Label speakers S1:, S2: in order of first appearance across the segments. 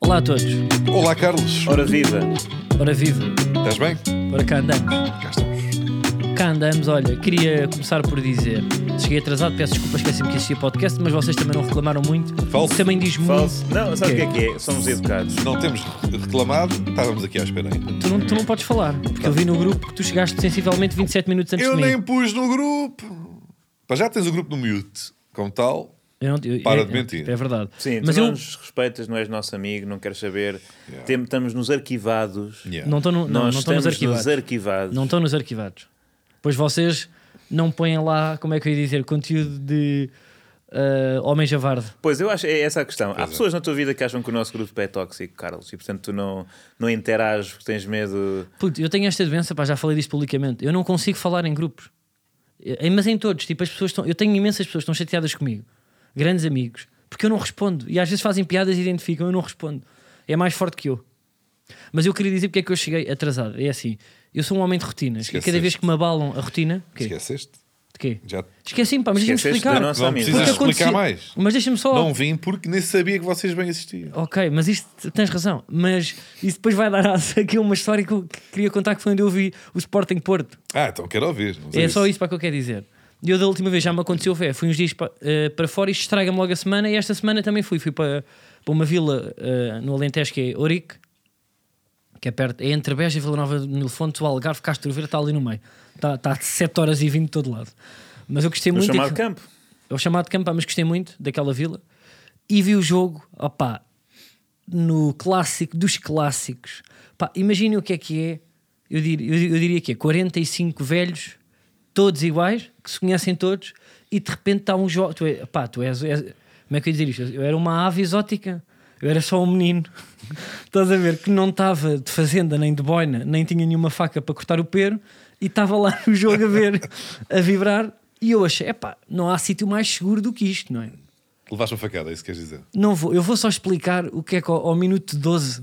S1: Olá a todos.
S2: Olá, Carlos.
S3: Ora viva!
S1: Ora viva.
S2: Estás bem?
S1: Ora cá andamos.
S2: Cá estamos.
S1: Cá andamos. Olha, queria começar por dizer. Cheguei atrasado, peço desculpa, esqueci-me que existia podcast, mas vocês também não reclamaram muito.
S2: Falso.
S1: Também diz muito.
S3: Falso. Não, sabe o que
S1: Quê?
S3: é que é? Somos educados.
S2: Não temos reclamado, estávamos aqui à espera ainda.
S1: Tu não, tu não podes falar, porque eu vi no grupo que tu chegaste sensivelmente 27 minutos antes
S2: Eu
S1: de mim.
S2: nem pus no grupo. Para já tens o grupo no mute, como tal.
S1: Eu não- eu-
S2: Para
S1: é-
S2: de mentir.
S1: É verdade.
S3: Sim, então
S1: mas
S3: tu não
S1: eu
S3: nos respeitas, não és nosso amigo, não queres saber.
S2: Yeah.
S3: Tem- estamos nos arquivados.
S2: Yeah.
S1: não estou no, não, não
S3: Nós
S1: estou
S3: estamos
S1: nos arquivados.
S3: nos arquivados.
S1: Não estão nos arquivados. Pois vocês não põem lá, como é que eu ia dizer, conteúdo de ah, homem javarde.
S3: Pois eu acho, é essa a questão. Há pessoas na tua vida que acham que o nosso grupo é tóxico, Carlos, e portanto tu não, não interages porque tens medo.
S1: Puto, eu tenho esta doença, pá, já falei disto publicamente. Eu não consigo falar em grupos. Eh, Mas em todos, tipo, as pessoas estão. Eu tenho imensas pessoas que estão chateadas comigo, grandes amigos, porque eu não respondo. E às vezes fazem piadas e identificam, eu não respondo. É mais forte que eu. Mas eu queria dizer porque é que eu cheguei atrasado. É assim, eu sou um homem de rotinas e cada
S2: Esqueceste.
S1: vez que me abalam a rotina. o quê?
S2: Esqueceste?
S1: De quê?
S2: Já
S1: Esqueci-me, pá, mas deixa-me
S3: Esqueceste
S1: explicar.
S3: da nossa
S2: Não
S3: amizade.
S2: precisas
S1: Porque
S2: explicar
S1: acontecia-
S2: mais.
S1: Mas deixa-me só.
S2: Não vim porque nem sabia que vocês bem assistiam.
S1: Ok, mas isto tens razão. Mas isso depois vai dar asa aqui a uma história que eu que queria contar que foi onde eu vi o Sporting Porto.
S2: Ah, então quero ouvir. Vamos
S1: É
S2: a
S1: só isso para que eu quero dizer. E Eu da última vez já me aconteceu, foi, fui uns dias pa- eh, para fora e isto estraga-me logo a semana. E esta semana também fui. Fui para, para uma vila eh, no Alentejo que é Ourique, que é perto, é entre Beja e Vila Nova de Mil Fontes, o Algarve, Castro Verde está ali no meio. Está, está a 7 horas e 20 de todo lado. Mas eu gostei
S3: No
S1: muito.
S3: chamado
S1: daquilo-
S3: campo.
S1: é o chamado campo, pá, mas gostei muito daquela vila. E vi o jogo, opá, no clássico dos clássicos. Pá, imaginem o que é que é. Eu diria, eu dir- eu diria que é 45 velhos, todos iguais, que se conhecem todos, e de repente está um jogo. Tu, é, pá, tu és, és- Como é que eu ia dizer isto? Eu era uma ave exótica. Eu era só um menino. Estás a ver? Que não estava de fazenda, nem de boina, nem tinha nenhuma faca para cortar o pero, e estava lá no jogo a ver, a vibrar. E eu achei, epá, não há sítio mais seguro do que isto, não é?
S2: isso. Levaste uma facada, é isso que queres dizer?
S1: Não vou, eu vou só explicar o que é que ao, ao minuto 12,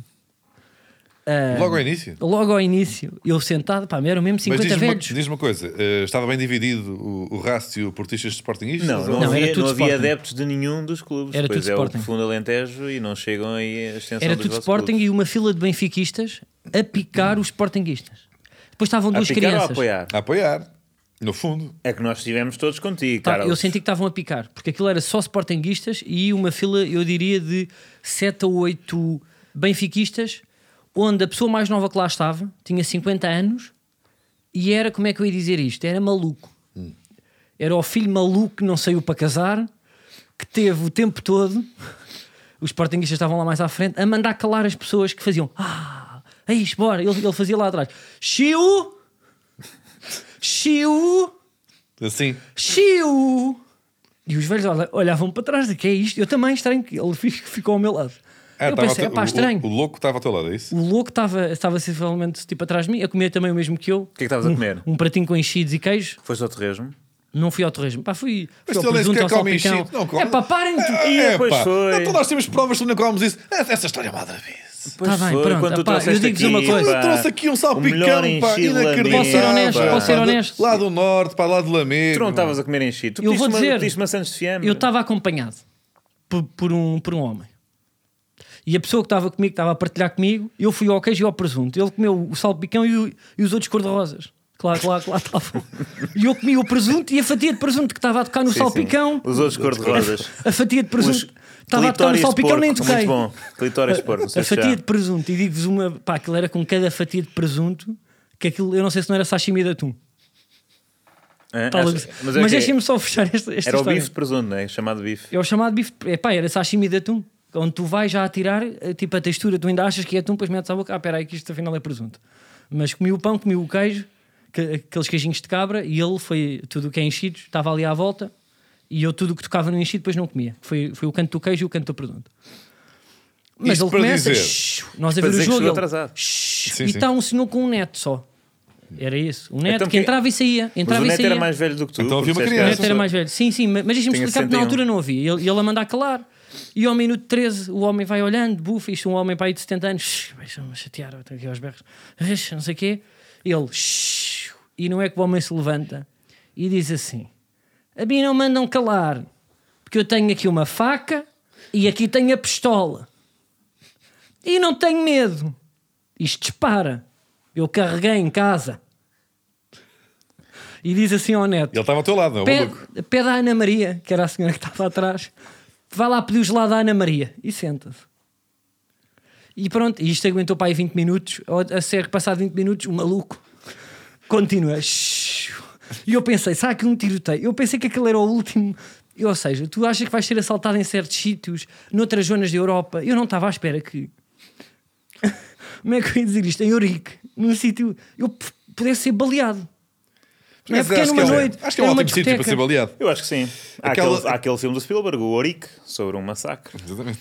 S1: Ah,
S2: Logo ao início.
S1: logo ao início, eu sentado, pá, eram mesmo
S2: Mas
S1: 50
S2: diz-me uma,
S1: velhos.
S2: diz uma coisa: eh, estava bem dividido o, o Rácio Portistas de Sportingistas?
S3: Não, não,
S1: Não, era
S3: havia,
S1: tudo
S3: não havia
S1: Sporting.
S3: adeptos de nenhum dos clubes.
S1: Era
S3: pois
S1: tudo
S3: é, o
S1: Sporting.
S3: fundo Alentejo e não chegam aí a extensão
S1: Era
S3: dos
S1: tudo
S3: vossos
S1: Sporting
S3: clubes.
S1: e uma fila de benfiquistas a picar os sportinguistas. Depois estavam
S3: A
S1: duas
S3: picar ou a
S1: crianças.
S3: apoiar?
S2: A apoiar, no fundo.
S3: É que nós estivemos todos contigo,
S1: Tá,
S3: Carlos.
S1: eu senti que estavam a picar, porque aquilo era só sportinguistas e uma fila, eu diria, de 7 ou 8 benfiquistas, onde a pessoa mais nova que lá estava tinha 50 anos e era, como é que eu ia dizer isto? Era maluco. Era o filho maluco que não saiu para casar, que teve o tempo todo, os sportinguistas estavam lá mais à frente, a mandar calar as pessoas que faziam ah, é isso, bora. Ele, ele fazia lá atrás Xiu! Xiu!
S2: Assim.
S1: Chiu! E os velhos olha- olhavam para trás de que é isto? Eu também, estranho, que ele fi- ficou ao meu lado.
S2: Ah,
S1: eu
S2: estava
S1: pensei,
S2: ao teu-
S1: pá,
S2: o-
S1: estranho.
S2: O, o louco estava ao teu lado, é isso?
S1: O, louco estava, estava sensivelmente tipo atrás de mim, a comer também o mesmo que eu.
S3: O que é que estavas a comer?
S1: Um pratinho com enchidos e queijo.
S3: Foste ao terrorismo?
S1: Não fui ao torresmo. Pá, fui fui
S2: Mas tu é
S1: ao
S2: nem
S1: presunto,
S2: sequer
S1: ao
S2: come
S1: salpicão.
S2: enchido, não come.
S1: É pá, parem tu.
S2: Ah,
S3: Ih, pois
S2: pá.
S3: foi.
S2: Então nós temos provas que não comemos isso. Essa história é uma outra vez.
S1: Tá bem, pronto.
S3: Quando
S1: Epá,
S3: tu
S1: eu
S3: trouxeste
S1: digo-vos uma
S3: aqui,
S1: coisa.
S3: pá,
S2: Eu trouxe aqui um
S3: o
S2: salpicão,
S3: melhor
S2: pá,
S3: enchido da
S2: inacreditável.
S3: minha,
S1: Posso ser honesto,
S3: pá.
S1: posso ser honesto.
S2: Lá do norte, para lá do Lamego.
S3: Tu não estavas a comer enchido. Tu
S1: Eu vou
S3: pediste uma-
S1: dizer-
S3: pediste maçãs de fiambre.
S1: Eu estava acompanhado por, por um, por um homem. E a pessoa que estava comigo, que estava a partilhar comigo, eu fui ao queijo e ao presunto. Ele comeu o salpicão e, o- e os outros cor-de-rosas. Claro, claro, lá estavam. E eu comi o presunto e a fatia de presunto que estava a tocar no
S3: Sim,
S1: salpicão.
S3: sim. Os outros cor-de-rosas.
S1: A fatia de
S3: Os
S1: presunto estava a tocar no
S3: clitóris de
S1: salpicão, nem
S3: porco,
S1: toquei.
S3: Muito bom. Clitóris de porco. não sei
S1: A
S3: se já-
S1: fatia de presunto, e digo-vos uma, pá, aquilo era com cada fatia de presunto, que aquilo, eu não sei se não era sashimi de atum.
S3: Hã?
S1: Tal-
S3: Essa-
S1: tá mas
S3: mas é que
S1: deixem-me só fechar esta, esta
S3: Era o
S1: história.
S3: bife de presunto, não é? Chamado bife.
S1: É o chamado bife. É pá, era sashimi de atum. Onde tu vais já a tirar eh, tipo, a textura, tu ainda achas que é atum, depois metes à boca. Ah, espera aí, que isto afinal é presunto. Mas comi o pão, comi o queijo, que- aqueles queijinhos de cabra, e ele foi tudo o que é enchido, estava ali à volta, e eu tudo o que tocava no enchido depois não comia. Foi, foi o canto do queijo e o canto do presunto. Mas
S2: Isto
S1: ele
S2: para
S1: começa,
S2: dizer-
S1: "Shhh", nós a
S3: para
S1: ver o
S3: dizer que
S1: jogo,
S3: chegou
S1: ele,
S3: atrasado.
S1: "Shhh",
S2: Sim,
S1: e
S2: sim.
S1: está um senhor com um neto só. Era isso. Um neto
S3: Então
S1: que
S3: que-
S1: entrava e saía.
S3: Mas
S1: Entrava
S3: o
S1: e
S3: neto
S1: saía.
S3: era mais velho do que tu.
S2: Então havia
S3: porque
S2: uma
S3: disseste
S1: O
S2: criança.
S1: neto
S3: que
S1: era mais velho. Sim, sim, mas mas deixa-me
S3: Tinha
S1: explicar que na
S3: 61.
S1: altura não havia. Ele, ele a mandar calar. E ao minuto 13 o homem vai olhando, bufa, isto é um homem para aí de 70 anos, "Shhh, deixa-me chatear, estou aqui aos berros, "Ixi, não sei o quê. Ele, "Shhh", e não é que o homem se levanta e diz assim: A mim não mandam calar, porque eu tenho aqui uma faca e aqui tenho a pistola. E não tenho medo. Isto dispara. Eu carreguei em casa. E diz assim ao neto:
S2: Ele estava ao teu lado, não é? O
S1: pede,
S2: maluco.
S1: pede à Ana Maria, que era a senhora que estava atrás, vai lá pedir o gelado à Ana Maria e senta-se. E pronto, e isto aguentou para aí 20 minutos. A a ser que passado 20 minutos, o maluco continua. Shhh. E eu pensei, será que um tiroteio? Eu pensei que aquele era o último. E, Ou seja, tu achas que vais ser assaltado em certos sítios, noutras zonas da Europa? Eu não estava à espera que. Como é que eu ia dizer isto? Em Eurique, num sítio. Eu p- pudesse ser baleado. Não é
S2: Mas
S1: porque é
S2: acho
S1: numa
S2: que é um-
S1: noite.
S2: Acho que é um
S1: era uma
S2: ótimo sítio para
S1: discoteca.
S2: ser baleado.
S3: Eu acho que sim. Há,
S2: Aquela-
S3: aquele, há aquele filme do Spielberg, o Oric, sobre um massacre.
S2: Exatamente.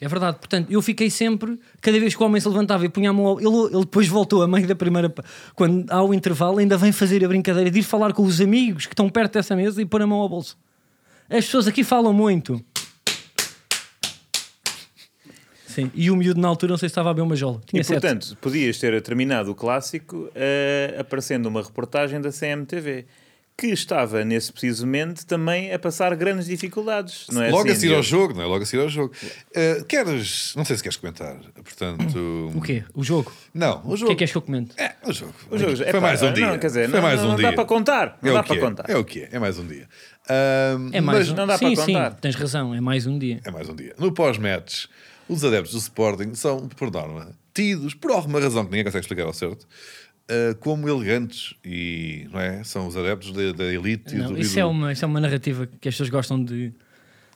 S1: É verdade, portanto, eu fiquei sempre, cada vez que o homem se levantava e punha a mão, ao- ele, ele depois voltou a meio da primeira, pa- quando há o intervalo, ainda vem fazer a brincadeira de ir falar com os amigos que estão perto dessa mesa e pôr a mão ao bolso. As pessoas aqui falam muito. Sim, e o miúdo na altura não sei se estava a ver uma jola. Tinha
S3: E
S1: sete.
S3: portanto, podias ter terminado o clássico eh, aparecendo uma reportagem da CMTV que estava nesse preciso momento também a passar grandes dificuldades, não é?
S2: Logo
S3: assim,
S2: a seguir ao
S3: Diogo?
S2: jogo, não é? Logo a seguir ao jogo. Eh, queres. Não sei se queres comentar. Portanto.
S1: O quê? O jogo?
S2: Não, o
S1: O
S2: jogo.
S1: que é que és que eu comento?
S2: É, o jogo.
S3: O jogo-
S2: Foi
S3: epá,
S2: mais um dia.
S3: Não, quer dizer,
S2: Foi
S3: não,
S2: mais
S3: não-
S2: um
S3: não
S2: dia.
S3: dá para contar. Não
S2: é
S3: dá
S2: o que
S3: para contar.
S2: É o que é. É mais um dia. Ahm,
S1: É mais
S2: mas-
S1: um...
S3: não dá
S1: sim,
S3: para
S1: sim,
S3: contar.
S1: tens razão, é mais um dia.
S2: É mais um dia. No pós-match, os adeptos do Sporting são, por norma, tidos, por alguma razão que ninguém consegue explicar ao certo, ah, como elegantes. E, não é? São os adeptos da, da elite. e
S1: Não,
S2: do- e
S1: isso,
S2: do-
S1: é uma, isso é uma narrativa que as pessoas gostam de.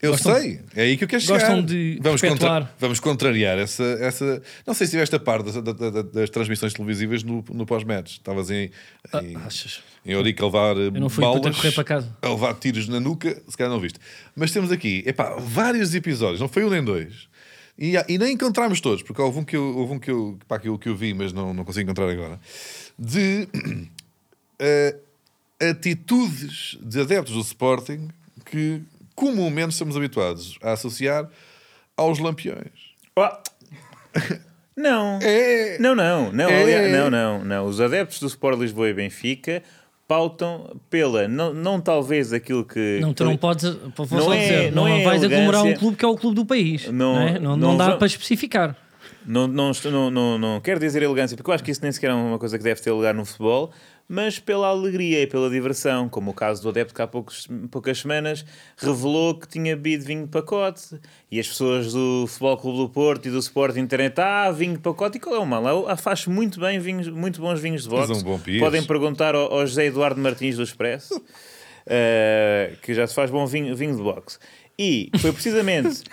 S2: Eu
S1: gostam-
S2: sei, é aí que eu quero chegar.
S1: gostam de
S2: vamos,
S1: perpetuar.
S2: vamos contrariar essa, essa. Não sei se estiveste a par das, da- da- das transmissões televisivas no, no pós-match. Estavas em,
S1: Ah,
S2: em,
S1: Achas?
S2: em Ourique a levar eh,
S1: não fui puta
S2: balas,
S1: correr para casa.
S2: a levar tiros na nuca, se calhar não viste. Mas temos aqui, epá, vários episódios, não foi um nem dois. E, há- e nem encontramos todos, porque houve um que eu, houve um que eu, pá, que eu, que eu vi, mas não, não consigo encontrar agora. De eh, atitudes de adeptos do Sporting que comumente estamos habituados a associar aos lampiões.
S3: Ah. Não.
S2: É.
S3: Não, não, não,
S2: É.
S3: aliás, não, não, não. Os adeptos do Sport Lisboa e Benfica pautam pela, não, não talvez aquilo que.
S1: Não, tu não
S3: que-
S1: podes. Vou
S3: Não
S1: só
S3: é-
S1: dizer, não,
S3: não é
S1: vais
S3: elegância.
S1: aglomerar um clube que é o clube do país. Não,
S3: Não-
S1: é? não, não,
S3: não
S1: dá
S3: vamos-
S1: para especificar.
S3: Não, não, estou- não, não, não quero dizer elegância, porque eu acho que isso nem sequer é uma coisa que deve ter lugar no futebol, mas pela alegria e pela diversão, como o caso do adepto que há poucos, poucas semanas revelou que tinha bebido vinho de pacote e as pessoas do Futebol Clube do Porto e do Sporting Internet, ah, vinho de pacote, e qual é o mal? Eu- Ah, faz muito bem vinhos, muito bons vinhos de
S2: Mas
S3: boxe.
S2: é um bom pires.
S3: Podem perguntar ao, ao José Eduardo Martins do Expresso, eh, que já se faz bom vinho, vinho de boxe. E foi precisamente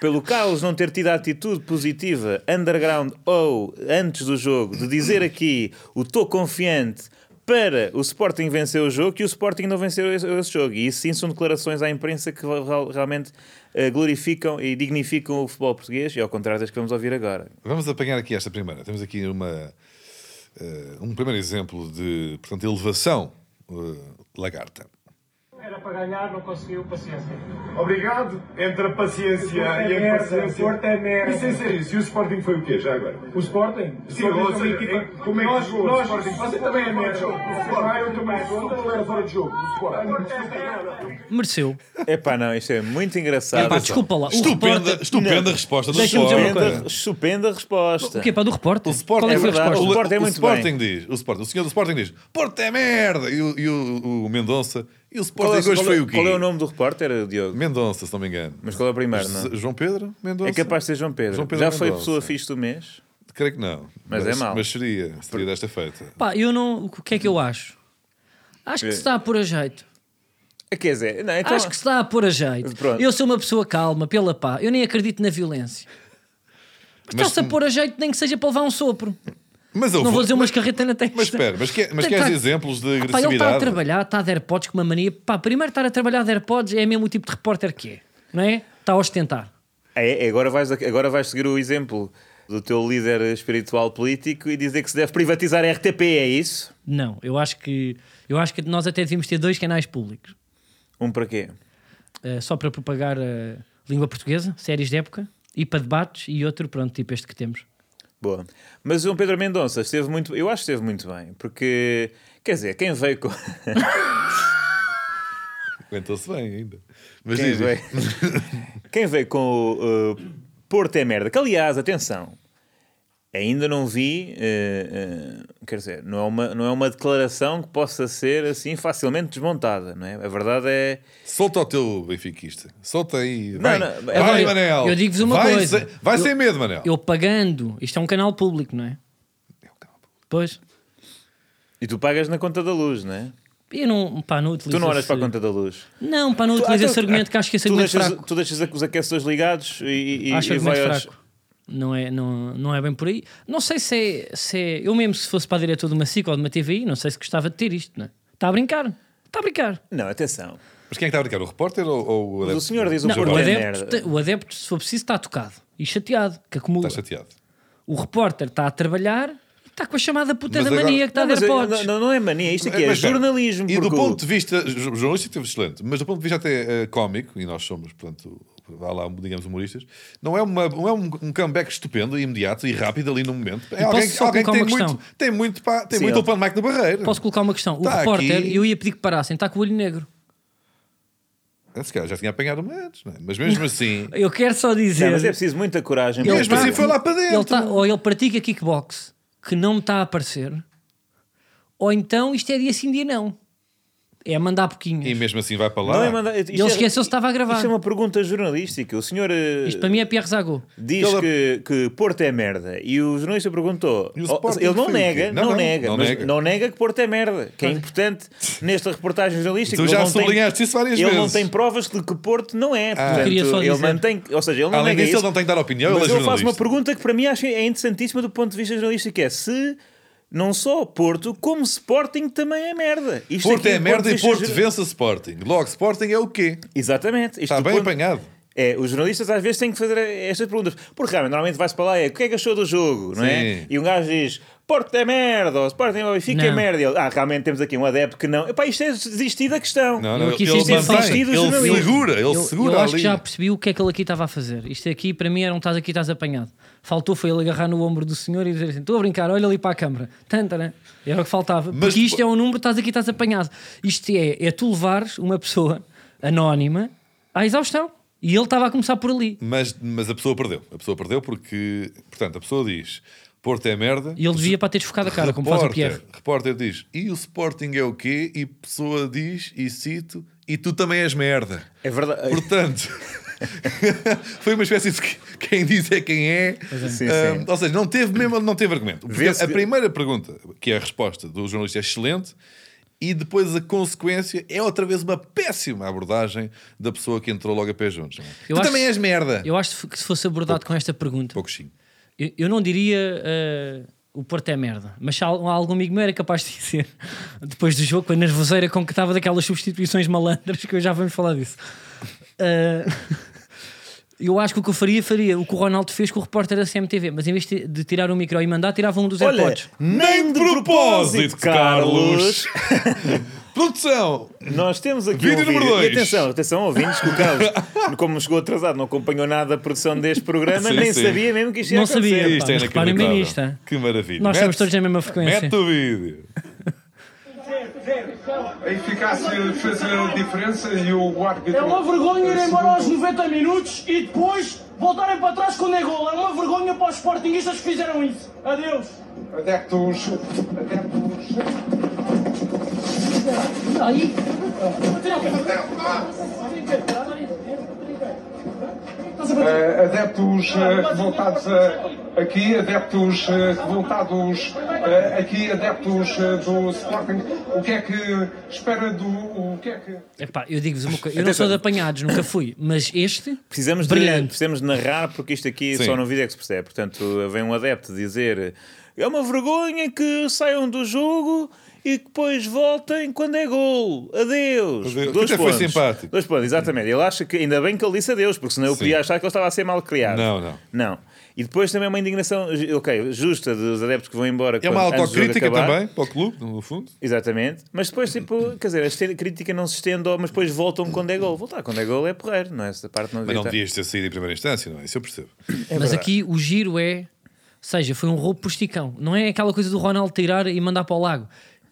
S3: pelo Carlos não ter tido a atitude positiva, underground ou antes do jogo, de dizer aqui o estou confiante para o Sporting vencer o jogo que o Sporting não venceu esse, esse jogo. E isso sim são declarações à imprensa que va- val- realmente eh, glorificam e dignificam o futebol português, e ao contrário das que vamos ouvir agora.
S2: Vamos apanhar aqui esta primeira. Temos aqui uma, eh, um primeiro exemplo de portanto, elevação eh, lagarta.
S4: Era para ganhar, não conseguiu, paciência.
S5: Obrigado. Entre a paciência
S4: O Porto é
S5: e a
S4: merda,
S5: impaciência.
S4: o Porto é merda.
S5: E sem ser isso, e o Sporting foi o quê já agora?
S4: O Sporting?
S5: Sim, ou seja, em- como é que
S4: nós,
S5: jogou o
S4: nós,
S5: Sporting?
S4: Você também é merda.
S5: O Sporting.
S4: Ah, eu também sou.
S5: Qual
S6: é
S5: era fora de jogo? é O Sporting.
S1: Mereceu.
S3: Epá, não, isto é muito engraçado.
S1: Epá, desculpa lá. O
S2: Estupenda,
S1: repórter.
S2: estupenda
S3: Não.
S2: resposta do
S1: Deixa-me dizer uma
S2: Sporting.
S1: coisa.
S3: Estupenda, estupenda resposta.
S1: O quê? Pá, do repórter?
S2: O Sporting,
S1: Qual é que foi a
S3: verdade.
S1: resposta?
S3: O Sporting é
S2: o
S3: muito
S2: Sporting diz, o, Sporting, o senhor do Sporting diz: Porto é merda! E o, e o- o Mendonça. E o
S3: Qual
S2: Sporting
S3: é,
S2: hoje
S3: qual é-
S2: foi o quê?
S3: qual é o nome do repórter, Diogo? É
S2: Mendonça, se não me engano.
S3: Mas qual é o primeiro, não?
S2: Jo- João Pedro? Mendonça?
S3: É capaz de ser João Pedro.
S2: João Pedro
S3: Já foi
S2: Mendonça.
S3: pessoa fixe do mês?
S2: Creio que não.
S3: Mas é mau.
S2: Mas seria, seria desta feita.
S1: Pá, eu não. O que é que eu acho? Acho que se está a pôr a jeito.
S3: Ah, Quer dizer, não, então,
S1: Acho que se está a pôr a jeito.
S3: Pronto.
S1: Eu sou uma pessoa calma, pela pá. Eu nem acredito na violência. Mas
S2: Mas-
S1: está-se a pôr a jeito, nem que seja para levar um sopro.
S2: Mas eu
S1: Não vou dizer umas carretas na testa.
S2: Mas espera, mas, que, é- mas
S1: Tá-
S2: queres
S1: tá-
S2: exemplos de
S1: Pá, ele está a
S2: agressividade?
S1: trabalhar, está de AirPods com uma mania. Pá, primeiro estar a trabalhar de AirPods é mesmo o tipo de repórter que é, não é? Está a ostentar.
S3: é, é, agora, vais, agora vais seguir o exemplo do teu líder espiritual político e dizer que se deve privatizar a RTP, é isso?
S1: Não, eu acho que eu acho que nós até devíamos ter dois canais públicos
S3: Um para quê?
S1: eh, só para propagar a língua portuguesa, séries de época e para debates e outro, pronto, tipo este que temos.
S3: Boa. Mas o Pedro Mendonça esteve muito. Eu acho que esteve muito bem, porque. Quer dizer, quem veio com.
S2: Aguentou-se bem ainda. Mas
S3: Quem
S2: diz, diz.
S3: veio, quem veio com o uh, Porto é merda. Que, aliás, atenção, ainda não vi, eh, eh, quer dizer, não é, uma, não é uma declaração que possa ser assim facilmente desmontada, não é? A verdade é.
S2: Solta o teu benfiquista. Solta aí. Vai,
S3: não, é
S2: vai,
S1: Agora, eu-
S2: Manel.
S1: eu digo-vos uma
S2: vai
S1: coisa.
S2: sem- vai
S1: Eu-
S2: sem medo, Manel.
S1: Eu pagando, isto é um canal público, não é? Pois.
S3: E tu pagas na conta da luz, não é?
S1: Eu não, pá, não utilizo
S3: Tu não olhas
S1: esse-
S3: para a conta da luz.
S1: Não, pá, não
S3: Tu-
S1: utilizo
S3: ah,
S1: esse
S3: tu-
S1: argumento que acho que esse
S3: tu
S1: argumento
S3: deixas,
S1: fraco.
S3: tu deixas os aquecedores ligados e, e,
S1: acho
S3: e vai
S1: argumento
S3: aos-
S1: fraco. Não é, não, não é bem por aí. Não sei se é, se é- Eu mesmo, se fosse para diretor de uma SIC ou de uma TVI, não sei se gostava de ter isto, não é? Está a brincar. Está a brincar.
S3: Não, atenção.
S2: Mas quem é que está a brincar? O repórter ou, ou o adepto?
S3: senhor diz o
S1: Não,
S3: Jogo
S1: o,
S3: é
S1: adepto,
S3: merda.
S1: te- o adepto, se for preciso, está tocado e chateado, que acumula.
S2: Está chateado.
S1: O repórter está a trabalhar e está com a chamada puta
S2: Mas
S1: da
S2: agora-
S1: mania que está
S3: Não,
S1: a
S3: mas,
S1: dar
S3: eh,
S1: potes.
S3: não, não é mania, isto aqui é,
S2: Mas, espera,
S3: jornalismo.
S2: E do
S3: porque o-
S2: ponto de vista jo- jornalístico teve excelente, mas do ponto de vista até eh, cómico, e nós somos, portanto, vá lá, digamos, humoristas, não é, uma, não é um, um comeback estupendo, e imediato e rápido ali no momento. É
S1: posso
S2: alguém,
S1: só
S2: alguém que tem
S1: colocar uma
S2: muito, tem muito, pá, tem
S3: Sim,
S2: muito
S3: ele-
S2: open mic no barreiro.
S1: Posso colocar uma questão? O
S3: Tá
S2: Está
S1: repórter,
S2: aqui.
S1: eu ia pedir que parassem, está com o olho negro.
S2: Esse cara Ah, já tinha apanhado uma antes, não é? mas mesmo assim,
S1: Eu quero só dizer.
S3: Não, mas é preciso muita coragem. para
S2: mesmo
S3: ter-
S2: assim foi lá para dentro.
S1: ele tá- ou ele pratica kickbox que não me está a aparecer, ou então isto é dia sim, dia não. É mandar pouquinhos.
S2: E mesmo assim vai para lá.
S3: Não é mandar- isto
S1: Ele
S3: é-
S1: esqueceu-se que estava a gravar.
S3: Isto é uma pergunta jornalística. O senhor eh,
S1: Isto para mim é Pierre Zago.
S3: diz
S2: Ele-
S3: que, que Porto é merda. E o jornalista perguntou.
S2: E o
S3: oh,
S2: Sporting
S3: ele
S2: foi
S3: não
S2: o quê?
S3: nega,
S2: Não,
S3: não,
S2: não,
S3: nega,
S2: não
S3: mas
S2: nega.
S3: não nega que Porto é merda. Que é importante nesta reportagem jornalística.
S2: Tu
S3: Ele
S2: já
S3: não tem-
S2: sublinhaste isso várias
S3: Ele não
S2: vezes. Ah.
S3: tem provas de que Porto não é. Portanto,
S1: queria só
S3: ele
S1: dizer-
S3: mantém. Ou seja, ele não
S2: Além
S3: nega
S2: disso,
S3: isso.
S2: ele não tem que dar opinião,
S3: Mas
S2: ele é
S3: eu faço
S2: jornalista.
S3: uma pergunta que para mim acho é interessantíssima do ponto de vista jornalístico: que é se não só Porto, como Sporting também é merda. Isto
S2: Porto
S3: aqui,
S2: é
S3: do ponto
S2: merda
S3: de
S2: e
S3: vista
S2: Porto
S3: jor-
S2: vence o Sporting. Logo, Sporting é o quê?
S3: Exatamente. Isto
S2: Está
S3: do
S2: bem
S3: ponto-
S2: apanhado.
S3: É, os jornalistas às vezes têm que fazer estas perguntas. Porque realmente, normalmente vai-se para lá é o que é que achou do jogo, não
S2: Sim.
S3: é? E um gajo diz Porto é merda, ou Sporting é Benfica é
S1: Não.
S3: merda. E ele, ah, realmente temos aqui um adepto que não. Epá, isto é desistir da questão.
S2: Não,
S1: Eu
S2: não,
S1: aqui
S2: ele
S1: senti
S2: mantém,
S3: sentido
S2: ele
S3: jornalismo.
S2: segura, ele
S1: eu,
S2: segura
S1: eu acho que
S2: ali.
S1: já percebi o que é que ele aqui estava a fazer. Isto aqui para mim era um estás aqui, estás apanhado. Faltou foi ele agarrar no ombro do senhor e dizer assim: estou a brincar, olha ali para a câmara. Tantara. Era o que faltava.
S2: Mas
S1: Porque isto
S2: depois-
S1: é um número, estás aqui, estás apanhado. Isto é, é tu levares uma pessoa anónima à exaustão. E ele estava a começar por ali.
S2: Mas, mas a pessoa perdeu. A pessoa perdeu porque, portanto, a pessoa diz Porto é merda.
S1: E ele devia para ter desfocado a cara, como faz o Pierre.
S2: repórter diz e o Sporting é o quê? E pessoa diz, e cito, e tu também és merda.
S3: É verdade.
S2: Portanto, foi uma espécie de que- quem diz é quem é.
S3: Sim,
S2: Ah,
S3: sim.
S2: ou seja, não teve mesmo, não teve argumento. Porque
S3: Vê-se-
S2: a primeira pergunta, que é a resposta do jornalista, é excelente. E depois a consequência é outra vez uma péssima abordagem da pessoa que entrou logo a pé juntos. não é?
S1: Eu
S2: tu
S1: acho-
S2: também és merda.
S1: Eu acho que se fosse abordado com esta pergunta,
S2: Pouco sim.
S1: eu, eu não diria eh, o Porto é merda, mas se al- algum amigo meu era capaz de dizer, depois do jogo, com a nervoseira com que estava daquelas substituições malandras, que eu já vamos falar disso. Eh, eu acho que o que eu faria, faria o que o Ronaldo fez com o repórter da CMTV, mas em vez de de tirar o micro e mandar, tirava um dos
S3: Olha,
S1: AirPods.
S3: nem de propósito, Carlos.
S2: Produção!
S3: Nós temos aqui
S2: Vídeo
S3: um
S2: número
S3: vídeo. E
S2: dois.
S3: atenção, atenção, ouvintes, que o Carlos, como chegou atrasado, não acompanhou nada a produção deste programa,
S2: Sim,
S3: nem
S2: sim.
S3: sabia mesmo que isto ia
S1: Não
S3: acontecer.
S1: sabia.
S2: Isto é
S1: mas reparem bem
S2: inacreditável.
S1: nisto, é?
S2: Que maravilha.
S1: Nós
S2: Mete-
S1: estamos todos na mesma frequência.
S2: Mete o vídeo.
S5: A eficácia fez a diferença e o árbitro.
S7: É uma vergonha ir embora aos 90 minutos e depois voltarem para trás quando é gol. É uma vergonha para os sportinguistas que fizeram isso. Adeus.
S5: Adeptos. Adeptos. Eh, adeptos eh, revoltados eh, aqui, adeptos eh, revoltados eh, aqui, adeptos eh, do Sporting. O que é que espera do. O que é que.
S1: Epá, eu digo-vos uma coisa, eu não sou de apanhados, nunca fui, mas este
S3: Precisamos de,
S1: Brilhante.
S3: precisamos de narrar porque isto aqui
S2: Sim.
S3: só no vídeo é que se percebe. Portanto, vem um adepto dizer é uma vergonha que saiam do jogo e que depois voltem quando é gol. Adeus.
S2: Adeus.
S3: Dois
S2: Até foi
S3: pontos.
S2: simpático.
S3: Dois pontos, exatamente. Ele acha que ainda bem que ele disse adeus, porque senão eu podia achar que ele estava a ser mal criado.
S2: Não, não.
S3: Não. E depois também uma indignação, ju- ok, justa dos adeptos que vão embora.
S2: É uma
S3: quando- antes do jogo
S2: autocrítica
S3: acabar.
S2: também para o clube, no fundo.
S3: Exatamente, mas depois, tipo, quer dizer, a este- crítica não se estende, ao- mas depois voltam quando é gol. Voltar quando é gol é porreiro, não é? Essa parte não
S2: Mas
S3: devia
S1: Então-
S2: não
S3: estar.
S2: devias ter saído em primeira instância, não é? Isso eu percebo.
S1: Mas
S3: verdade.
S1: aqui o giro é, ou seja, foi um roubo posticão. Não é aquela coisa do Ronaldo tirar e mandar para o lago.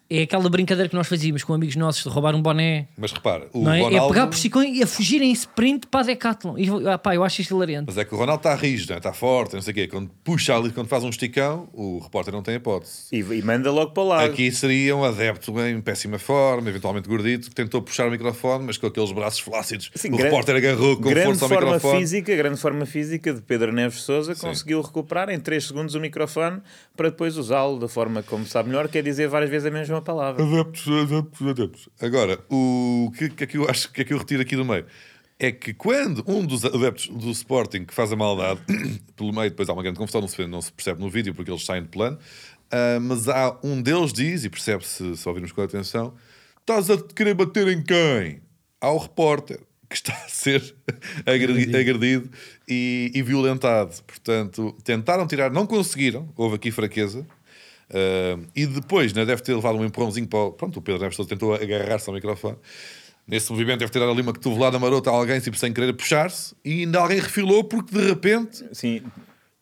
S1: é aquela brincadeira que nós fazíamos com amigos nossos de roubar um boné.
S2: Mas repara, o
S1: Não é?
S2: Ronaldo.
S1: é pegar por Chicão e a fugir em sprint para a Decathlon. E, ah, pá, eu acho isto hilariante.
S2: Mas é que o Ronaldo está rígido, não é? está forte, não sei o quê. Quando puxa ali, quando faz um esticão, o repórter não tem hipótese.
S3: E, e manda logo para lá.
S2: Aqui seria um adepto em péssima forma, eventualmente gordito, que tentou puxar o microfone, mas com aqueles braços flácidos.
S3: Sim,
S2: o repórter agarrou com
S3: Assim, grande
S2: força ao
S3: forma
S2: microfone.
S3: física, grande forma física de Pedro Neves Sousa conseguiu recuperar em 3 segundos o microfone para depois usá-lo da forma como sabe melhor, que é dizer várias vezes a mesma palavra.
S2: Adeptos, adeptos, adeptos. Agora, o que, que é que eu acho que é que eu retiro aqui do meio? É que quando um dos adeptos do Sporting que faz a maldade, pelo meio, depois há uma grande confusão, não se, vê- não se percebe no vídeo porque eles saem de plano, ah, mas há um deles diz, e percebe-se se ouvirmos com atenção: estás a querer bater em quem? Ao repórter que está a ser agredi- agredido, e- e violentado. Portanto, tentaram tirar, não conseguiram, houve aqui fraqueza. Um, e depois né, deve ter levado um empurrãozinho para o. Pronto, o Pedro Neves Sousa tentou agarrar-se ao microfone. Nesse movimento deve ter dado ali uma cotovelada marota a alguém, tipo, sem querer a puxar-se, e ainda alguém refilou porque de repente
S3: Sim,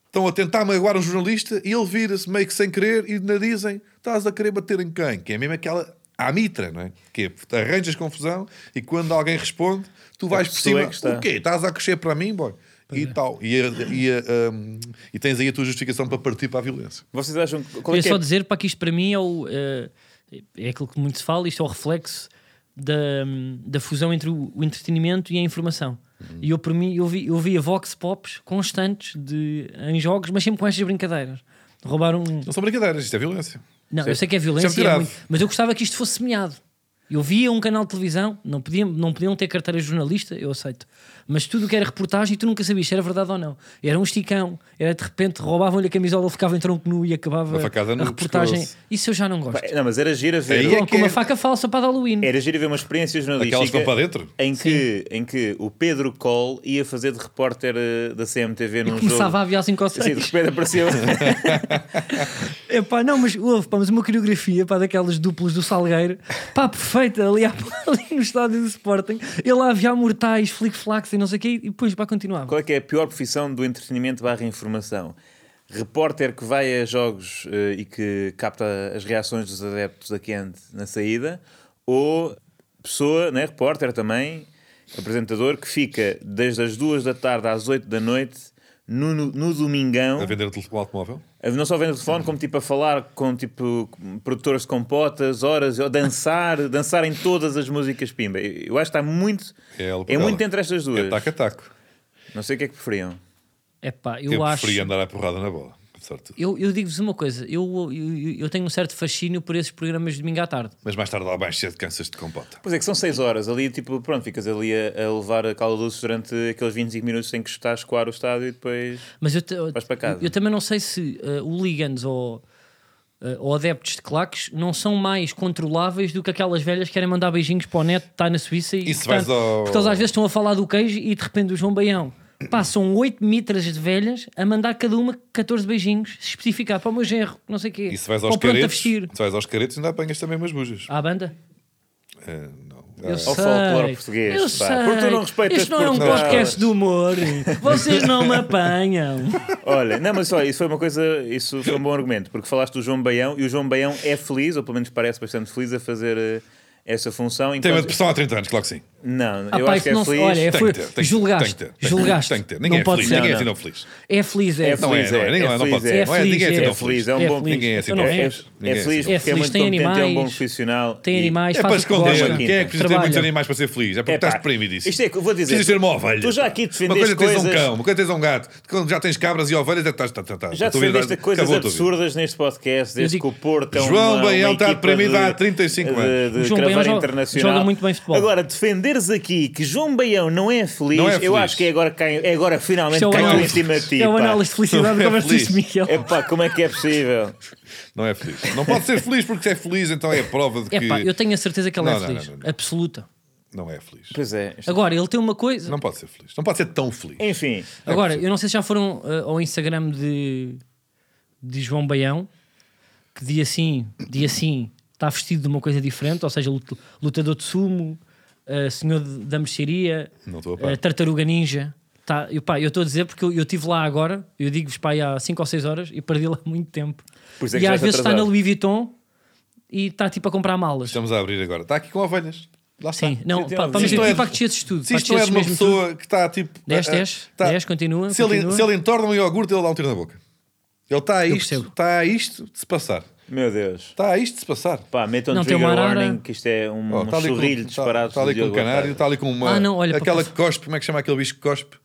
S2: estão a tentar magoar um jornalista e ele vira-se meio que sem querer e ainda dizem: estás a querer bater em quem? Que é mesmo aquela. À mitra, não é? Que é, arranjas confusão e quando alguém responde, tu vais por
S3: pessoa
S2: cima.
S3: é que está. é.
S2: O quê? Estás a crescer para mim, boy? E tal. E, a- e a- um, e tens aí a tua justificação para partir para a violência.
S3: vocês acham que. Qual é
S1: Queria
S3: que é?
S1: só dizer para que isto para mim é, o, eh, é aquilo que muito se fala, isto é o reflexo da, da fusão entre o, o entretenimento e a informação. E eu, por mim, eu vi, eu vi a Vox Pops constantes de, em jogos, mas sempre com estas brincadeiras. Roubar um.
S2: Não são brincadeiras, isto é violência.
S1: Não, eu sei que é violência,
S2: Sempre
S1: e é
S2: grave.
S1: muito, mas eu gostava que isto fosse semeado. Eu via um canal de televisão, não podiam, não podiam ter carteira de jornalista, eu aceito. Mas tudo o que era reportagem, tu nunca sabias se era verdade ou não. Era um esticão, era de repente roubavam-lhe a camisola, ele ficava em tronco nu e acabava
S2: Uma facada
S1: a
S2: no
S1: reportagem.
S2: pescoço.
S1: Isso eu já não gosto.
S3: Não, mas era gira ver.
S2: Aí é
S1: Com
S2: que
S1: uma
S2: é-
S1: faca falsa para Halloween.
S3: Era giro ver uma experiência jornalística
S2: Aquelas que vão para dentro?
S3: Em, que, em que o Pedro Cole ia fazer de repórter eh, da CMTV
S2: um
S3: num
S1: Começava
S3: jogo.
S1: a aviar 5 ou
S3: Assim, de
S1: 6.
S3: repente apareceu.
S1: Epá, não, mas houve pá, mas uma coreografia pá, daquelas duplas do Salgueiro, pá, perfeita, ali, à- ali no estádio do Sporting. Ele a aviar mortais, flick-flacks e não sei o quê, e depois pá, continuava.
S3: Qual é que é a pior profissão do entretenimento barra informação? Repórter que vai a jogos eh, e que capta as reações dos adeptos da Kent na saída, ou pessoa, né, repórter também, apresentador, que fica desde as duas da tarde às 8 da noite no, no- no domingão
S2: A vender o tele- o automóvel?
S3: Não só vendo telefone, como tipo a falar com tipo produtores de compotas, horas, ou dançar, dançar em todas as músicas Pimba. Eu acho que está muito.
S2: É
S3: É,
S2: ela por ela.
S3: muito entre estas duas.
S2: É taco a taco.
S3: Não sei o que é que preferiam.
S1: Epá, eu,
S2: Eu,
S1: acho.
S2: preferia andar à porrada na bola. apesar de tudo.
S1: Eu, eu digo-vos uma coisa, eu, eu, eu tenho um certo fascínio por esses programas de domingo à tarde.
S2: Mas mais tarde lá mais cedo cansas de compota.
S3: Pois é, que são 6 horas ali, tipo, pronto, ficas ali a, a levar a calda doce durante aqueles 25 minutos em que está a escoar o estádio e depois.
S1: Mas eu, te- eu,
S3: Vais para casa.
S1: eu também não sei se eh, o Ligands ou, eh, ou adeptos de claques não são mais controláveis do que aquelas velhas que querem mandar beijinhos para o neto que está na Suíça e
S2: Isso
S1: que está-
S2: vais ao-
S1: porque eles às vezes estão a falar do queijo e de repente o João Baião. Pá, são oito mitras de velhas a mandar cada uma 14 beijinhos, especificar para o meu genro, não sei o quê.
S2: E se vais
S1: Ou
S2: aos
S1: pronto a
S2: caretos,
S1: vestir.
S2: se vais aos caretos ainda apanhas também umas bujas.
S1: À banda?
S2: É, não.
S1: Eu
S2: É.
S1: sei.
S3: folclore português,
S1: Eu
S3: pá.
S1: sei.
S3: Porque tu não respeitas
S1: Isto não é um
S3: Portugal.
S1: podcast de humor. Vocês não me apanham.
S3: Olha, não, mas olha, isso foi uma coisa, isso foi um bom argumento, porque falaste do João Baião e o João Baião é feliz, ou pelo menos parece bastante feliz, a fazer eh, essa função.
S2: Tem uma
S3: Enquanto...
S2: depressão há 30 anos, claro que sim.
S3: Não,
S1: Ah,
S3: eu
S1: pá,
S3: acho
S1: isso
S3: que é
S1: não se-
S3: feliz.
S1: olha, é-
S2: Tem
S1: Foi-
S2: que ter. Tem
S1: julgaste.
S2: que ter. Tem que ter. Tem que ter.
S1: Julgaste.
S2: Tem que ter. Ninguém
S1: Não
S2: é
S1: pode
S2: feliz.
S1: ser.
S2: Ninguém é
S3: Não,
S2: assim
S3: não.
S2: tão feliz.
S1: É feliz, é.
S3: É
S2: Não é,
S3: Feliz
S2: não
S3: é,
S2: é. Ninguém
S3: é
S2: não pode
S3: feliz
S2: ser.
S3: é.
S2: Não é. Ninguém é assim
S1: É
S2: tão
S3: feliz,
S2: feliz.
S3: é um
S1: É
S3: bom.
S1: feliz.
S2: Ninguém é assim
S1: Eu
S2: tão
S1: não
S3: É,
S2: feliz.
S3: é
S2: Ninguém assim.
S3: feliz
S1: É
S3: porque é,
S1: feliz,
S3: muito
S1: tem
S3: competente, é um bom
S1: animais,
S3: profissional.
S1: tem
S3: e-
S1: animais,
S2: É
S1: Ah, faz
S2: para
S1: o que gosta.
S2: esconder. Quem é que precisa ter muitos
S1: Trabalha.
S2: animais para ser feliz? É porque
S3: É pá,
S2: estás deprimido
S3: isto é que eu vou dizer.
S2: Precisas ter uma ovelha.
S3: Tu já
S2: pá.
S3: aqui
S2: Uma
S3: defendeste
S2: coisa tens um
S3: coisas-
S2: cão, uma coisa tens um gato. Quando já tens cabras e ovelhas, é que estás. tá, tá, tá.
S3: Já
S2: A tua vida-
S3: defendeste coisas
S2: acabou a tua vida.
S3: absurdas neste podcast, desde
S1: digo-
S3: que o Porto é
S2: João
S3: uma,
S2: Baião
S3: uma
S2: está
S3: equipa
S2: deprimido
S3: de-
S2: há 35 anos.
S3: De, de
S1: João
S3: cravar
S1: Baião joga-
S3: internacional.
S1: joga muito bem futebol.
S3: Agora, defenderes aqui que João Baião não é feliz,
S2: Não é feliz.
S3: eu acho que é agora, que cai, é agora finalmente
S1: Isto é o
S3: caiu em
S1: análise-
S3: cima de ti.
S1: É o
S3: pá.
S1: análise de felicidade
S2: Não
S1: do
S2: é
S1: Conversas de
S2: feliz.
S1: Miguel.
S3: Epá, como é que é possível?
S2: Não é feliz. Não pode ser feliz porque se é feliz, então é a prova de que.
S1: É pá, eu tenho a certeza que ela
S2: Não,
S1: é
S2: não,
S1: feliz.
S2: não, não, não.
S1: Absoluta.
S2: Não é feliz.
S3: Pois é. isto-
S1: Agora, ele tem uma coisa.
S2: Não pode ser feliz. Não pode ser tão feliz.
S3: Enfim,
S1: Agora, eu não sei se já foram eh, ao Instagram de, de João Baião, que dia sim, dia sim, está vestido de uma coisa diferente, ou seja, lut- lutador de sumo, eh, senhor de- da mercearia,
S2: Não estou a par.
S1: eh, tartaruga ninja. Tá, eu, pá, eu estou a dizer porque eu eu estive lá agora, eu digo-vos pá, aí há 5 ou 6 horas e perdi lá muito tempo.
S3: Por isso é que
S1: e
S3: já
S1: às
S3: está
S1: vezes está na
S3: atrasado.
S1: Louis Vuitton e está tipo a comprar malas.
S2: Estamos a abrir agora. Está aqui com ovelhas. Lá está.
S1: Sim, não,
S3: tem-
S1: pá,
S3: tem-
S1: vamos
S2: Se
S1: ver
S2: isto
S1: aqui
S2: é-
S1: para que desceses tudo.
S2: Se isto não é de uma pessoa que está tipo.
S1: 10,
S2: a- a-
S1: 10,
S2: está-
S1: 10, continua,
S2: Se ele,
S1: continua.
S2: se ele entorna um iogurte, ele dá um tiro na boca. Ele está a isto,
S1: percebo.
S2: está a isto de se passar.
S3: Meu Deus.
S2: Está a isto de se passar.
S3: Pá, metam
S1: Não, tem
S3: trigger
S1: uma arara.
S3: warning que isto é um,
S2: Oh,
S3: um
S2: tá ali com-
S3: sorrilho
S2: tá-
S3: disparado.
S2: Está ali
S3: do
S2: com um
S3: Diogo
S2: canário,
S3: Alcácer.
S2: está ali com uma.
S1: Ah, não, olha,
S2: aquela
S1: para-
S2: que cospe, como é que chama aquele bicho que cospe?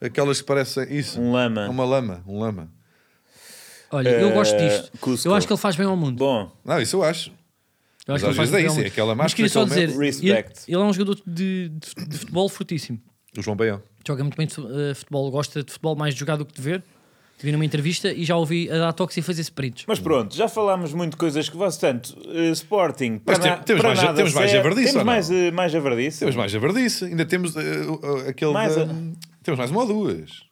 S2: Aquelas que parecem isso.
S3: Um lama.
S2: Uma lama, um lama.
S1: Olha, eu gosto
S3: Eh,
S1: disto.
S3: Cusco.
S1: Eu acho que ele faz bem ao mundo.
S3: Bom,
S2: Não, isso eu acho.
S1: Eu acho
S2: Mas
S1: que ele faz
S2: às vezes é
S1: bem ao
S2: isso,
S1: mundo.
S2: é aquela
S1: Mas
S2: máscara,
S1: queria só
S2: aquele
S1: dizer,
S2: método.
S1: ele,
S3: Respect.
S1: ele é um jogador de, de- de futebol fortíssimo.
S2: O João Baião.
S1: Joga muito bem de fu- eh, futebol, gosta de futebol mais de jogar do que de ver. Vi numa entrevista e já ouvi a dar toques e fazer sprints.
S2: Hum.
S3: mas pronto, já falámos muito de coisas que vós tanto. eh, Sporting,
S2: Mas
S3: para
S2: tem-
S3: na-
S2: temos
S3: para
S2: mais-
S3: nada
S2: temos mais
S3: serve.
S2: javardice,
S3: Temos
S2: ou não?
S3: mais, eh, mais javardice.
S2: Temos mais a verdice, ainda temos eh, o- o- aquele.
S3: Mais
S2: da-
S3: a-
S2: Temos mais uma ou duas.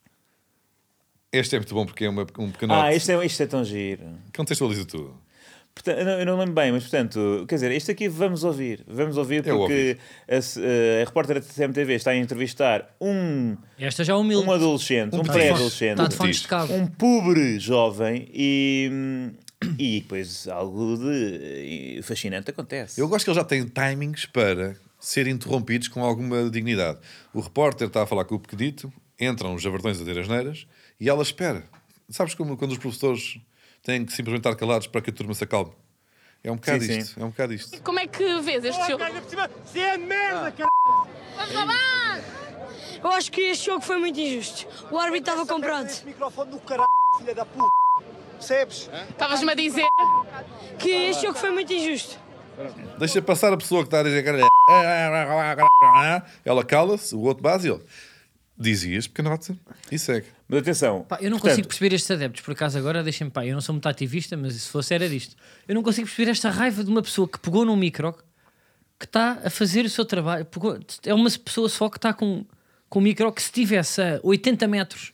S2: Este é muito bom porque é uma- um pequeno.
S3: Ah, isto é, isto é tão giro.
S2: Contextualiza tudo.
S3: Portanto, eu, não, eu não lembro bem, mas portanto, quer dizer, isto aqui vamos ouvir. Vamos ouvir
S2: Eu
S3: porque a, se- eh, a repórter da CMTV está a entrevistar um,
S1: Esta já é humilde.
S3: um adolescente, um,
S1: Está de fones-
S3: pré-adolescente,
S1: Está de fones de
S2: Diz.
S1: cabo.
S3: um pobre jovem e, e depois algo de eh, fascinante acontece.
S2: Eu gosto que ele já tem timings para ser interrompidos com alguma dignidade. O repórter está a falar com o pequenito, entram os javardões a ter as neiras e ela espera. Sabes como quando os professores têm que simplesmente estar calados para que a turma se acalme? É um bocado
S3: Sim, sim.
S2: isto. É um bocado isto.
S8: Como é que vês este jogo?
S9: Eu acho que este jogo foi muito injusto. O árbitro estava comprado.
S8: Estavas-me a dizer.
S9: Que este jogo foi muito injusto.
S2: Deixa passar a pessoa que está a dizer. é, caralho. é, Ela cala-se, o outro base e ele. Dizias, pequenote, e segue.
S3: Mas atenção,
S1: Pá, eu não
S3: portanto,
S1: consigo perceber estes adeptos, por acaso agora deixem-me pá, eu não sou muito ativista, mas se fosse era disto. Eu não consigo perceber esta raiva de uma pessoa que pegou num micro que está a fazer o seu trabalho. Pegou- é uma pessoa só que está com, com um micro que se tivesse a 80 metros,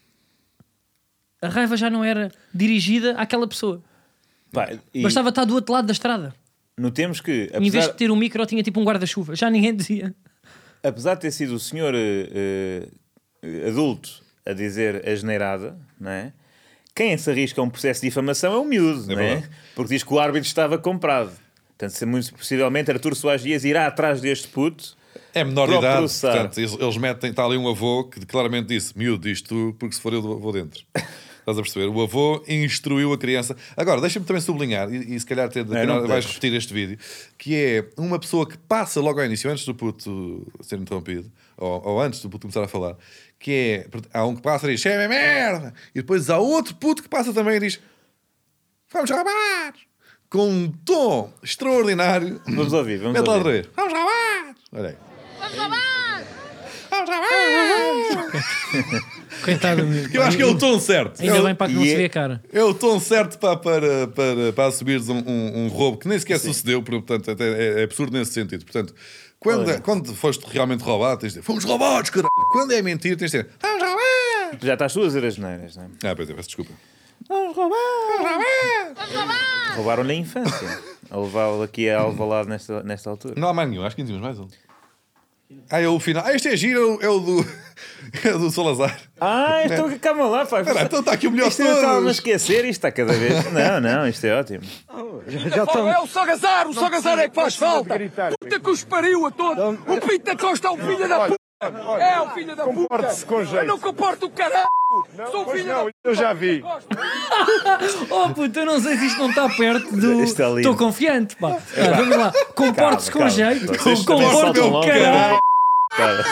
S1: a raiva já não era dirigida àquela pessoa.
S3: pá, e
S1: Bastava estar do outro lado da estrada.
S3: notemos que,
S1: Em vez
S3: apesar,
S1: de ter um micro, tinha tipo um guarda-chuva. Já ninguém dizia.
S3: apesar de ter sido o senhor eh, eh, adulto a dizer a geneirada, não é? Quem se arrisca a um processo de difamação é o miúdo,
S2: É
S3: não é?
S2: verdade.
S3: Porque diz que o árbitro estava comprado. Portanto, se muito possivelmente Artur Soares Dias irá atrás deste puto.
S2: É menor de
S3: Para o
S2: idade,
S3: processar.
S2: portanto, eles, eles metem, está ali um avô que claramente disse: miúdo, diz tu, porque se for eu vou dentro. Estás a perceber? O avô instruiu a criança. Agora, deixa-me também sublinhar, e, e se calhar até
S3: É, não
S2: vais
S3: deixes.
S2: repetir este vídeo, que é uma pessoa que passa logo ao início, antes do puto ser interrompido, ou, ou antes do puto começar a falar, que é. portanto, Há um que passa e diz: chama merda! E depois há outro puto que passa também e diz: vamos roubar! Com um tom extraordinário.
S3: Vamos ouvir, vamos
S2: Mete lá outra
S3: ouvir.
S2: vez. Vamos roubar! Olha aí.
S1: Coitado do miúdo.
S2: Eu acho que é o tom certo.
S1: Ainda
S2: é, o-
S1: bem para que não
S3: e
S1: se
S3: é-
S1: vê a cara.
S2: é o tom certo para, para, para, para assumires um, um- um roubo que nem sequer sucedeu, portanto, até é, é absurdo nesse sentido. Portanto, quando, quando foste realmente roubado, tens de dizer, fomos roubados, caralho. Quando é mentira, tens de dizer, fomos roubados.
S3: Já estás tu a dizer as neiras, não é?
S2: Ah, pois é, peço desculpa.
S3: Roubaram-lhe a infância. a levá-lo aqui a Alvalade nesta, nesta altura.
S2: Não há mais nenhum, acho que ainda temos mais um. Ah, é o final. Ah, este é giro, é o do, é o do Salazar.
S3: Ah, então calma lá, pá.
S2: Espera, então está aqui o melhor de
S3: Isto eu estava a
S2: todos.
S3: esquecer, isto está cada vez. Não, não, isto é ótimo.
S6: É o Sagazar, o Sagazar é que faz falta. Puta que os pariu a todos. O Pinto da Costa é um filho da puta. É um filho da puta. Eu não comporto o caralho. Sou um filho da puta. Eu já vi.
S1: Oh puto, eu não sei se isto não está perto do.
S3: Isto é lindo. É.
S1: Estou confiante, pá. Tá, vamos lá. Comporte-se com
S3: Calma, calma.
S1: jeito.
S3: Vocês também
S1: Comporte-se
S3: saltam
S1: com
S3: logo,
S1: caralho.
S3: caralho. Cara.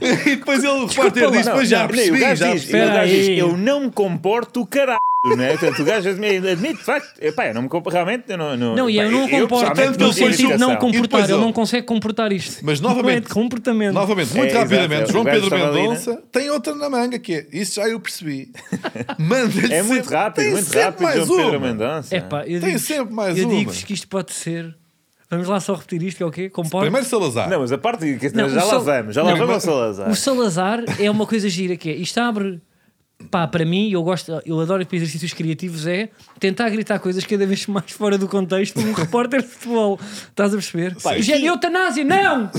S2: é E depois ele, o repórter, diz,
S3: Não,
S2: mas já
S3: não, nem, o
S2: percebi,
S3: gajo
S2: já
S3: diz,
S2: percebi.
S3: o gajo diz,
S1: Espera aí.
S3: eu não me comporto o caralho. Né? Portanto, o gajo admite, admite, de facto, epá, eu não me comporto, realmente eu não, não,
S1: Não, e eu
S3: pá,
S1: não comporto.
S3: pessoalmente,
S2: portanto,
S1: No
S2: ele foi
S1: sentido de não
S2: E
S3: identificação.
S2: depois
S1: comportar. Ele
S2: ele-
S1: não consegue comportar isto.
S2: Mas
S1: Não é de
S2: novamente-
S1: comportamento.
S2: Novamente, muito
S3: É,
S2: rapidamente,
S3: exato.
S2: João
S3: O gajo
S2: Pedro
S3: estava ali,
S2: Mendonça tem outra na manga que é isso já eu percebi. Manda-lhe
S3: É muito
S2: sempre-
S3: rápido,
S2: tem
S3: muito
S2: sempre
S3: rápido,
S2: mais um.
S3: João Pedro
S2: uma.
S3: Mendonça.
S1: É pá, eu
S2: Tem
S1: digo-vos-
S2: sempre mais
S1: Eu
S2: uma.
S1: digo-vos que isto pode ser. Vamos lá só repetir isto, que é o quê? Comporte.
S2: Primeiro Salazar.
S3: Não, mas a parte que
S1: Não,
S3: já
S1: o
S3: lá
S1: Sal-
S3: vamos, já lá
S2: Não,
S3: vamos ao
S2: mas-
S3: Salazar.
S1: O Salazar é uma coisa gira que é. Isto abre. Pá, para mim, eu gosto, eu adoro que exercícios criativos é tentar gritar coisas cada vez mais fora do contexto de um repórter de futebol. Estás a perceber? Pá,
S2: Sim.
S1: gente, eutanásia, não!